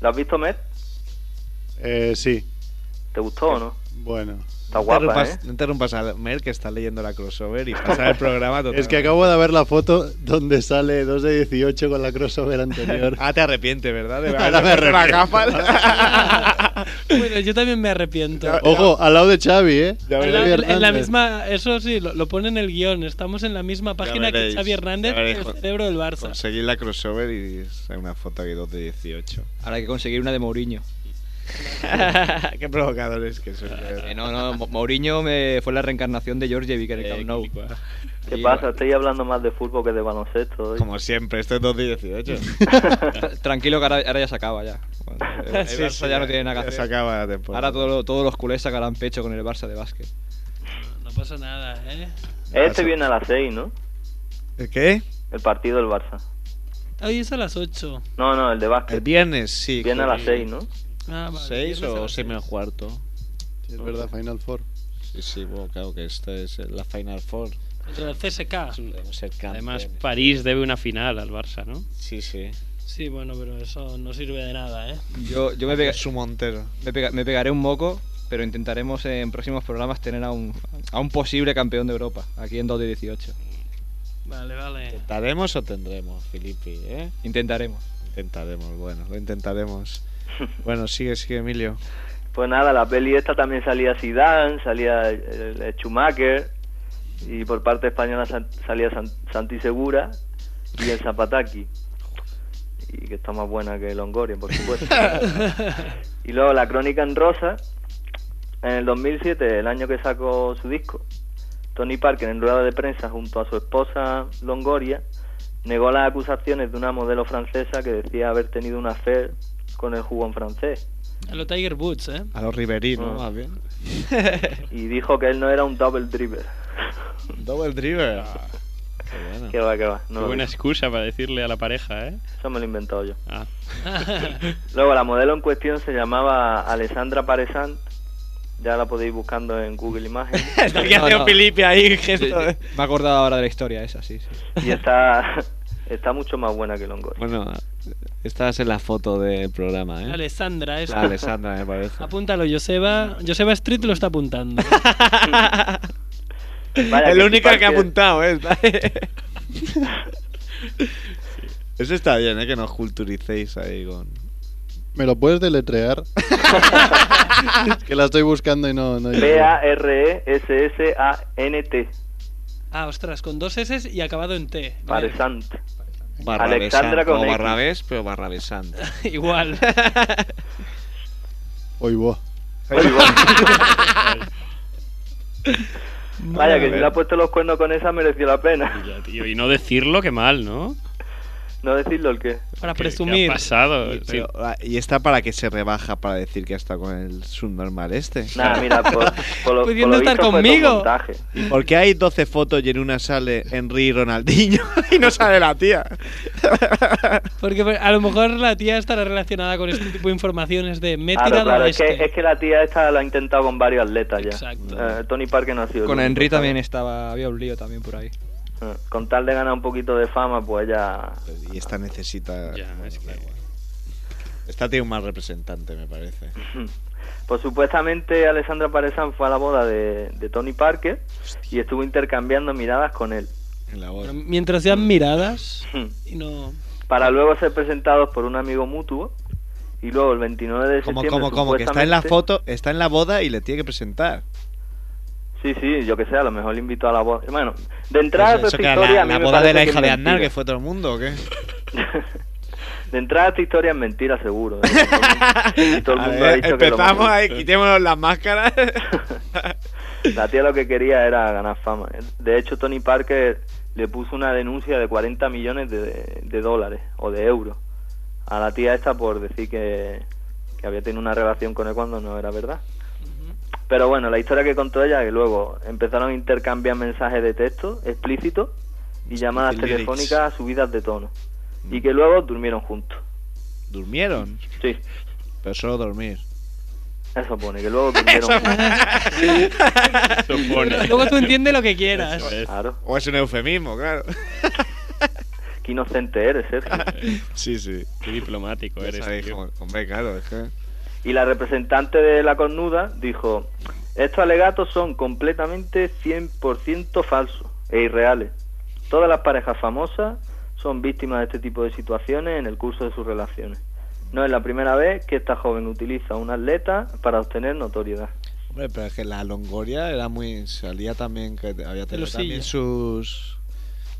Speaker 6: ¿La has visto, Met?
Speaker 11: Eh, sí,
Speaker 6: ¿Te gustó o no?
Speaker 11: bueno.
Speaker 6: Está guapa, ¿eh?
Speaker 3: No interrumpas a Mer que está leyendo la crossover y pasa el programa total.
Speaker 11: Es que acabo de ver la foto donde sale 2 de 18 con la crossover anterior.
Speaker 3: Ah, te arrepientes, ¿verdad? De
Speaker 11: Ahora me
Speaker 3: haberme puesto
Speaker 11: arrepiento.
Speaker 3: la gafa.
Speaker 4: Bueno, yo también me arrepiento.
Speaker 11: Ojo, al lado de Xavi, ¿eh?
Speaker 4: En la- en la, misma, eso sí, lo, lo pone en el guión. Estamos en la misma página
Speaker 3: veréis,
Speaker 4: que Xavi
Speaker 3: ya
Speaker 4: Hernández,
Speaker 3: veréis,
Speaker 4: el
Speaker 3: Juan.
Speaker 4: cerebro del Barça.
Speaker 3: Conseguir la crossover y es una foto aquí 2 de 18.
Speaker 2: Ahora hay que conseguir una de Mourinho.
Speaker 3: Qué provocadores que son.
Speaker 6: Eh, no, no, Mo- Mourinho me fue la reencarnación de Georgievic
Speaker 3: Eh,
Speaker 6: en el Camp Nou.
Speaker 5: ¿Qué
Speaker 6: Y-
Speaker 5: pasa? Estoy hablando más de fútbol que de baloncesto. hoy.
Speaker 3: Como siempre, esto es 2018.
Speaker 6: Tranquilo que ahora, ahora ya se acaba ya. Bueno, el el
Speaker 3: Sí,
Speaker 6: Barça
Speaker 3: sí,
Speaker 6: ya no tiene nada
Speaker 3: ya
Speaker 6: que hacer.
Speaker 3: se acaba la temporada.
Speaker 6: Ahora todo- todos los culés sacarán pecho con el Barça de básquet.
Speaker 4: No pasa nada, ¿eh?
Speaker 5: Este viene a las 6, ¿no?
Speaker 3: ¿El qué?
Speaker 5: El partido del Barça.
Speaker 4: Hoy es a las 8.
Speaker 5: No, no, el de básquet.
Speaker 3: El viernes, sí.
Speaker 5: Viene a las 6, ¿no?
Speaker 4: Ah, vale,
Speaker 3: ¿Seis
Speaker 4: viernes a
Speaker 3: o
Speaker 4: las
Speaker 3: seis menos cuarto?
Speaker 11: es verdad, Final Four.
Speaker 3: Sí, sí, bueno, claro que esta es la Final Four.
Speaker 4: Contra el CSK.
Speaker 3: Podemos ser
Speaker 8: Además,
Speaker 3: campeones.
Speaker 8: París debe una final al Barça, ¿no?
Speaker 3: Sí, sí.
Speaker 4: Sí, bueno, pero eso no sirve de nada, ¿eh?
Speaker 6: Yo, yo me, pega-
Speaker 3: Su Montero.
Speaker 6: me pega- me pegaré un moco, pero intentaremos en próximos programas tener a un, a un posible campeón de Europa aquí en 2018.
Speaker 4: Vale, vale.
Speaker 3: ¿Intentaremos o tendremos, Filippi? ¿eh?
Speaker 6: Intentaremos.
Speaker 3: Intentaremos, bueno, lo intentaremos. Bueno, sigue, sigue, Emilio.
Speaker 5: Pues nada, la peli esta también salía Zidane, salía el- el Schumacher y por parte española san- salía San- Santi Segura y el Zapataki. Y que está más buena que Longoria, por supuesto. y luego La Crónica en Rosa, en el 2007, el año que sacó su disco. Tony Parker en rueda de prensa junto a su esposa Longoria negó las acusaciones de una modelo francesa que decía haber tenido una fe con el jugón francés.
Speaker 4: A los Tiger Woods, ¿eh?
Speaker 3: A los Riverinos,
Speaker 5: Ah.
Speaker 3: más bien.
Speaker 5: y dijo que él no era un double driver.
Speaker 3: Double Driver. Qué bueno.
Speaker 5: Que va, que va.
Speaker 8: Qué
Speaker 5: No lo
Speaker 8: buena
Speaker 5: dijo.
Speaker 8: excusa para decirle a la pareja, ¿eh?
Speaker 5: Eso me lo he inventado yo.
Speaker 8: Ah.
Speaker 5: Luego, la modelo en cuestión se llamaba Alessandra Paresant. Ya la podéis buscando en Google Imagen.
Speaker 3: ¿Qué hace Filippi ahí, gesto? de-
Speaker 6: Me he acordado ahora de la historia esa, sí. sí.
Speaker 5: Y está, está mucho más buena que Longoria.
Speaker 3: Bueno, esta es la foto del programa, ¿eh?
Speaker 4: Alessandra, es.
Speaker 3: La Alessandra, me parece.
Speaker 4: Apúntalo, Joseba. Joseba Street lo está apuntando.
Speaker 5: Vaya
Speaker 3: el
Speaker 5: que
Speaker 3: único
Speaker 5: Parker-
Speaker 3: que ha apuntado, ¿eh? Eso está bien, ¿eh? Que nos culturicéis ahí con...
Speaker 11: ¿Me lo puedes deletrear? Es que la estoy buscando y no... no
Speaker 5: E B-A-R-E-S-S-A-N-T.
Speaker 4: ah, ostras, con dos S y acabado en T.
Speaker 5: Paresant.
Speaker 3: Barrabesant,
Speaker 5: Alexandra con
Speaker 3: como
Speaker 5: X.
Speaker 3: Barrabés, pero Barrabesant.
Speaker 4: Igual.
Speaker 11: Hoy vos.
Speaker 5: Vaya, que si le ha puesto los cuernos con esa mereció la pena.
Speaker 8: Ya, tío, y no decirlo, qué mal, ¿no?
Speaker 5: No decirlo el que.
Speaker 4: Para
Speaker 8: ¿Qué-
Speaker 4: presumir.
Speaker 8: ¿Qué ha pasado? Sí.
Speaker 3: Pero, ah, ¿Y está para que se rebaja para decir que ha estado con el subnormal este?
Speaker 5: Nada, mira, por, por lo, por
Speaker 4: Pudiendo
Speaker 5: lo
Speaker 4: estar
Speaker 5: visto fue todo
Speaker 4: conmigo.
Speaker 5: montaje.
Speaker 3: Porque hay 12 fotos y en una sale Henry y Ronaldinho y no sale la tía.
Speaker 4: Porque a lo mejor la tía estará relacionada con este tipo de informaciones de me he
Speaker 5: Claro,
Speaker 4: tirado
Speaker 5: claro,
Speaker 4: a
Speaker 5: es que,
Speaker 4: este.
Speaker 5: es que la tía esta la ha intentado con varios atletas ya.
Speaker 4: Exacto.
Speaker 5: Eh, Tony Parker no ha sido.
Speaker 6: Con
Speaker 5: el único,
Speaker 6: Henry
Speaker 5: ¿sabes?
Speaker 6: también estaba, había un lío también por ahí.
Speaker 5: Eh, Con tal de ganar un poquito de fama, pues ya.
Speaker 3: Y esta necesita...
Speaker 8: Ya, es que-
Speaker 3: Esta tiene un mal representante, me parece.
Speaker 5: Pues supuestamente Alessandra Paresan fue a la boda de, de Tony Parker y estuvo intercambiando miradas con él.
Speaker 3: En la
Speaker 4: Pero
Speaker 3: voz.
Speaker 4: Mientras sean miradas
Speaker 5: Hmm.
Speaker 4: y no.
Speaker 5: Para luego ser presentados por un amigo mutuo y luego el 29 de
Speaker 3: Como, como,
Speaker 5: septiembre.
Speaker 3: como, que está en la
Speaker 5: supuestamente-
Speaker 3: foto, está en la boda y le tiene que presentar.
Speaker 5: Sí, sí, yo que sé, a lo mejor le invito a la boda. Bueno, de entrada, toda
Speaker 3: Pues eso
Speaker 5: esta
Speaker 3: que era
Speaker 5: historia
Speaker 3: la,
Speaker 5: a mí
Speaker 3: la
Speaker 5: me
Speaker 3: boda de
Speaker 5: parece
Speaker 3: la
Speaker 5: que
Speaker 3: hija
Speaker 5: es
Speaker 3: de Aznar,
Speaker 5: mentira.
Speaker 3: que fue todo el mundo, ¿o qué?
Speaker 5: De entrada esta historia es mentira, seguro. Y todo el
Speaker 3: A
Speaker 5: mundo
Speaker 3: ver,
Speaker 5: ha dicho que lo
Speaker 3: empezamos
Speaker 5: mejor.
Speaker 3: ahí, quitémonos las máscaras.
Speaker 5: La tía lo que quería era ganar fama. De hecho, Tony Parker le puso una denuncia de 40 millones de, de dólares o de euros a la tía esta por decir que, que había tenido una relación con él cuando no era verdad. Pero bueno, la historia que contó ella, que luego empezaron a intercambiar mensajes de texto explícitos y llamadas
Speaker 3: Lyrics.
Speaker 5: telefónicas subidas de tono.
Speaker 3: Mm.
Speaker 5: Y que luego durmieron juntos.
Speaker 3: Durmieron,
Speaker 5: Sí,
Speaker 3: pero solo dormir.
Speaker 5: eso pone, que luego durmieron juntos.
Speaker 8: Eso pone.
Speaker 4: Luego tú entiendes lo que quieras.
Speaker 8: Eso es.
Speaker 5: Claro,
Speaker 3: O es un eufemismo, claro.
Speaker 5: qué inocente eres, Sergio.
Speaker 3: Sí, sí. este
Speaker 8: Qué diplomático
Speaker 3: Ya
Speaker 8: eres,
Speaker 3: sabéis
Speaker 8: tío.
Speaker 3: cómo- hombre, claro, es que.
Speaker 5: Y la representante de la cornuda dijo, estos alegatos son completamente 100% falsos e irreales. Todas las parejas famosas son víctimas de este tipo de situaciones en el curso de sus relaciones. No es la primera vez que esta joven utiliza a un atleta para obtener notoriedad.
Speaker 3: Hombre, pero es que la Longoria era muy. Salía también que había tenido
Speaker 4: Celosilla.
Speaker 3: también sus.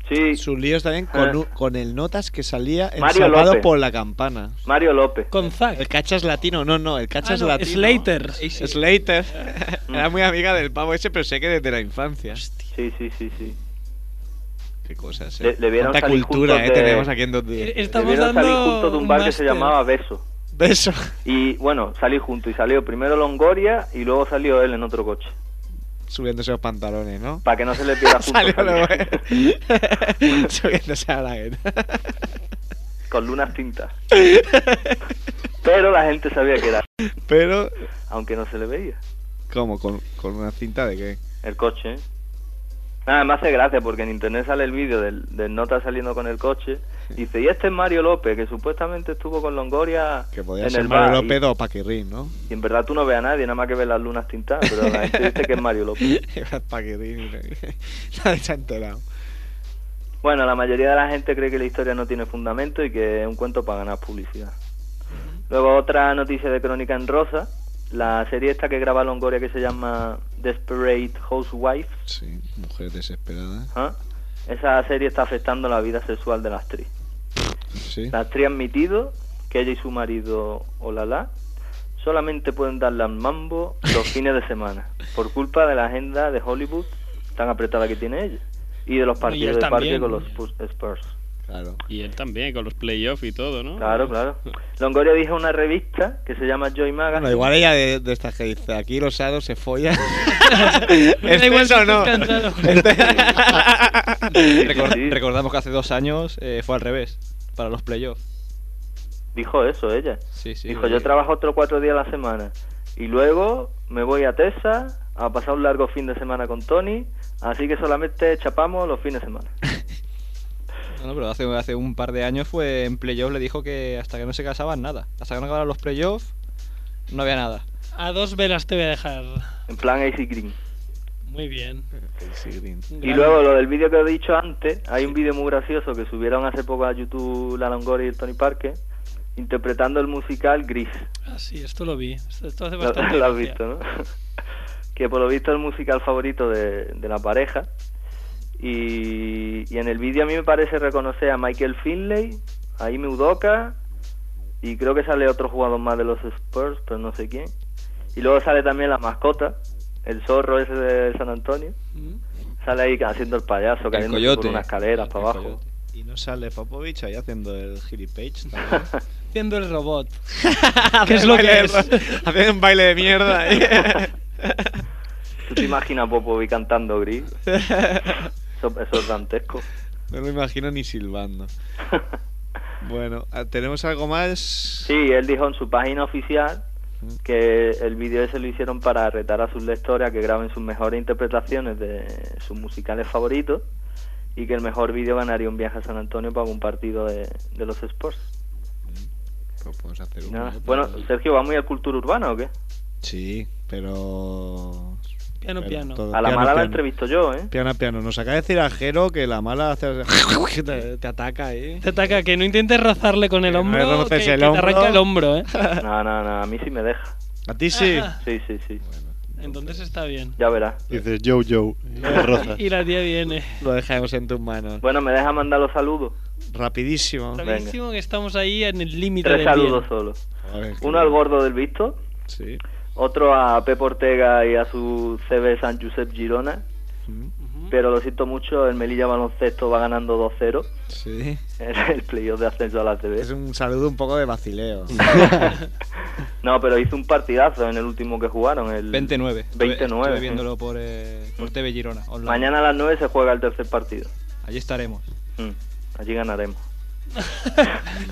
Speaker 5: Sí. Ah.
Speaker 3: Sus líos también con, un- con el Notas que salía en
Speaker 5: Mario
Speaker 3: Salvado
Speaker 5: López.
Speaker 3: por la Campana.
Speaker 5: Mario López.
Speaker 3: Con El cachas latino, no, no, el cachas
Speaker 5: Ah, no,
Speaker 3: latino.
Speaker 5: Slater.
Speaker 3: Slater. Era muy amiga del pavo ese, pero sé que desde la infancia.
Speaker 5: Sí, sí, sí, sí.
Speaker 3: Qué cosas, eh.
Speaker 5: Le, le vieron
Speaker 3: Cuánta
Speaker 5: salir
Speaker 3: cultura,
Speaker 5: juntos
Speaker 3: eh,
Speaker 5: de-
Speaker 3: tenemos aquí en dos días.
Speaker 5: le vieron salir juntos de un bar que se llamaba Beso.
Speaker 3: Beso.
Speaker 5: Y bueno, salí juntos y salió primero Longoria y luego salió él en otro coche.
Speaker 3: Subiéndose los pantalones, ¿no?
Speaker 5: Para que no se le pierda juntos
Speaker 3: Salió luego,
Speaker 5: también.
Speaker 3: eh. Subiéndose a la gueta.
Speaker 5: Con lunas tintas. Pero la gente sabía que era,
Speaker 3: Pero,
Speaker 5: aunque no se le veía.
Speaker 3: ¿cómo? ¿Con, con una cinta de qué?
Speaker 5: El coche. ¿eh? Nada, me hace gracia porque en internet sale el vídeo del, del nota saliendo con el coche. Dice, y este es Mario López, que supuestamente estuvo con Longoria
Speaker 3: Que podía
Speaker 5: en
Speaker 3: ser
Speaker 5: el bar.
Speaker 3: Mario
Speaker 5: Y-
Speaker 3: López o Paquirrín, ¿no?
Speaker 5: Y, en verdad tú no ves a nadie, nada más que ves las lunas tintadas, pero la gente dice que es Mario López.
Speaker 3: Paquirrín, mira, nadie se ha enterado.
Speaker 5: Bueno, la mayoría de la gente cree que la historia no tiene fundamento y que es un cuento para ganar publicidad. Luego otra noticia de Crónica en Rosa, la serie esta que graba Longoria que se llama Desperate Housewives.
Speaker 3: Sí, mujer desesperada.
Speaker 5: ¿Ah? Esa serie está afectando la vida sexual de la actriz.
Speaker 3: Sí.
Speaker 5: La actriz ha admitido que ella y su marido, Olala, solamente pueden darle al mambo los fines de semana, por culpa de la agenda de Hollywood tan apretada que tiene ella, y de los
Speaker 8: Y
Speaker 5: partidos
Speaker 8: él
Speaker 5: de parque
Speaker 8: también.
Speaker 5: con los Spurs- Spurs.
Speaker 3: Claro.
Speaker 8: Y él también, con los playoffs y todo, ¿no?
Speaker 5: Claro, claro. Longoria dijo en una revista que se llama Joy Magazine.
Speaker 3: Bueno, igual ella de, de estas que dice, aquí los hados se follan. ¿Este es o no?
Speaker 4: Este-
Speaker 3: Este-
Speaker 18: Recor- Recordamos que hace dos años eh, fue al revés, para los playoffs.
Speaker 5: Dijo eso ella.
Speaker 18: Sí, sí.
Speaker 5: Dijo, yo trabajo otros cuatro días a la semana. Y luego me voy a Tesa a pasar un largo fin de semana con Tony. Así que solamente chapamos los fines de semana.
Speaker 18: No, no, pero hace, hace un par de años fue en playoffs, le dijo que hasta que no se casaban nada. Hasta que no acabaran los playoffs, no había nada.
Speaker 4: A dos velas te voy a dejar.
Speaker 5: En plan AC Green.
Speaker 4: Muy bien.
Speaker 5: Y luego lo del vídeo que he dicho antes, hay un vídeo muy gracioso que subieron hace poco a YouTube la Longoria y el Tony Parker interpretando el musical Gris.
Speaker 4: Ah, sí, esto lo vi. Esto, esto hace
Speaker 5: Lo-
Speaker 4: bastante.
Speaker 5: lo has
Speaker 4: gracia.
Speaker 5: visto, ¿no? que por lo visto es el musical favorito de, de la pareja. Y, y en el vídeo a mí me parece reconocer a Michael Finley, a Ime Udoka, y creo que sale otro jugador más de los Spurs, pero no sé quién. Y luego sale también la mascota, el zorro ese de San Antonio.
Speaker 4: Mm.
Speaker 5: Sale ahí haciendo el payaso, cayendo por
Speaker 3: coyote.
Speaker 5: unas escaleras para abajo.
Speaker 3: Y no sale Popovich ahí haciendo el gilipage
Speaker 4: Haciendo el robot.
Speaker 3: ¿Qué es lo que es? Haciendo un baile de mierda ahí.
Speaker 5: ¿Tú te imaginas a Popovic cantando gris? Eso, eso es dantesco.
Speaker 3: No lo imagino ni silbando. Bueno, ah, ¿tenemos algo más?
Speaker 5: Sí, él dijo en su página oficial que el vídeo ese lo hicieron para retar a sus lectores a que graben sus mejores interpretaciones de sus musicales favoritos y que el mejor vídeo ganaría un viaje a San Antonio para un partido de, de los Sports.
Speaker 3: Pues podemos hacer
Speaker 5: Y
Speaker 3: uno,
Speaker 5: nada.
Speaker 3: ¿eh?
Speaker 5: Bueno, Sergio, ¿vamos a ir a cultura urbana o qué?
Speaker 3: Sí, pero...
Speaker 4: Piano,
Speaker 3: pero
Speaker 4: piano.
Speaker 3: todo-
Speaker 5: A la
Speaker 3: piano,
Speaker 5: mala la
Speaker 3: piano.
Speaker 5: entrevisto yo, ¿eh?
Speaker 3: Piano, piano. Nos acaba de decir a Jero que la mala hace... te, te ataca, ¿eh?
Speaker 4: Te ataca, que no intentes rozarle con el hombro.
Speaker 3: roces
Speaker 4: que,
Speaker 3: el
Speaker 4: que te arranca
Speaker 3: hombro.
Speaker 4: el hombro, ¿eh?
Speaker 5: No, no, no, a mí sí me deja.
Speaker 3: ¿A ti sí?
Speaker 5: Sí, sí, sí.
Speaker 4: Entonces está bien.
Speaker 5: Ya verás.
Speaker 19: Dices, yo, yo. me rozas.
Speaker 4: Y la tía viene.
Speaker 3: Lo dejaremos en tus manos.
Speaker 5: Bueno, me deja mandar los saludos.
Speaker 3: Rapidísimo.
Speaker 4: Rapidísimo que estamos ahí en el límite del
Speaker 5: Tres
Speaker 4: bien.
Speaker 5: saludos solo. Uno al gordo del visto.
Speaker 3: Sí.
Speaker 5: Otro a Pep Ortega y a su CB San Josep Girona. Pero lo siento mucho, el Melilla Baloncesto va ganando 2-0
Speaker 3: Sí.
Speaker 5: en el playoff de ascenso a la
Speaker 3: Es
Speaker 5: CB.
Speaker 3: un saludo un poco de vacileo.
Speaker 5: No, pero hizo un partidazo en el último que jugaron. El
Speaker 18: 29. Estuve-
Speaker 5: 29.
Speaker 18: Estuve
Speaker 5: sí.
Speaker 18: viéndolo por, eh, por TV Girona. online.
Speaker 5: Mañana a las 9 se juega el tercer partido.
Speaker 18: Allí estaremos.
Speaker 5: Mm, Allí ganaremos.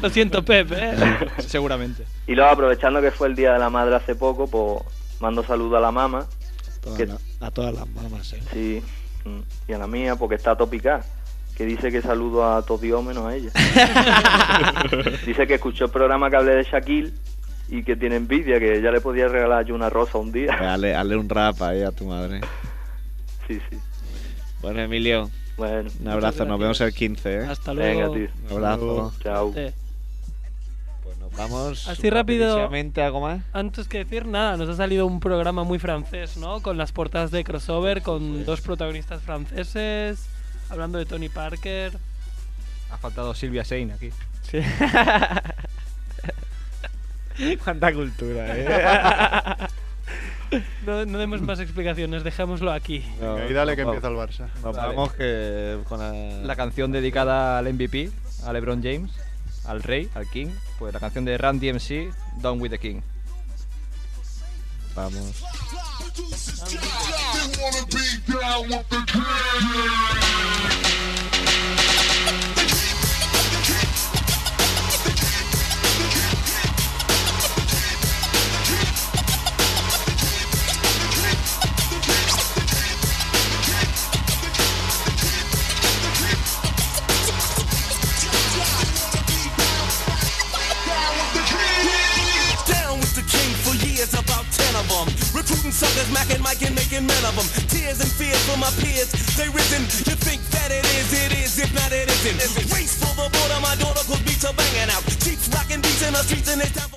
Speaker 4: Lo siento, Pep, ¿eh?
Speaker 18: Seguramente.
Speaker 5: Y luego, aprovechando que fue el Día de la Madre hace poco, pues mando saludo a la mamá.
Speaker 3: Toda
Speaker 5: que-
Speaker 3: la- a todas las mamas, ¿eh?
Speaker 5: Sí, mm, y a la mía, porque está topicada. Que dice que saludo a todos Dios menos a ella. dice que escuchó el programa que hablé de Shaquille y que tiene envidia, que ya le podía regalar yo una rosa un día.
Speaker 3: Dale, dale un rap ahí a tu madre.
Speaker 5: Sí, sí.
Speaker 3: Bueno, Emilio,
Speaker 5: Bueno,
Speaker 3: un abrazo. Nos vemos el 15, ¿eh?
Speaker 4: Hasta luego.
Speaker 5: venga, tío.
Speaker 3: Un abrazo. Pues
Speaker 5: Chao.
Speaker 4: Eh,
Speaker 3: Nos vamos.
Speaker 4: Así rápido.
Speaker 3: rapidísimamente, ¿Algo más?
Speaker 4: Antes que decir nada, nos ha salido un programa muy francés, ¿no? Con las portadas de crossover, con dos protagonistas franceses. Hablando de Tony Parker.
Speaker 3: Ha faltado Silvia Sein aquí.
Speaker 20: Sí. Cuánta cultura, eh.
Speaker 4: No, no demos más explicaciones, dejémoslo aquí.
Speaker 21: No, Venga, y dale que empieza el Barça.
Speaker 3: Nos
Speaker 21: Dale.
Speaker 3: vamos que con la... canción dedicada al MVP, a LeBron James, al Rey, al King, pues la canción de Run DMC, Down with the King.
Speaker 22: Vamos.
Speaker 23: They wanna be down with the king.
Speaker 2: Down with the king for years, about ten of them. Recruiting suckers, macking Mike and making men of them. Tears and fears for my peers, they risen. You think that it is, it is, if not it isn't. Race for the border, my daughter could be to banging out. Cheats rocking beats in the streets and it's time.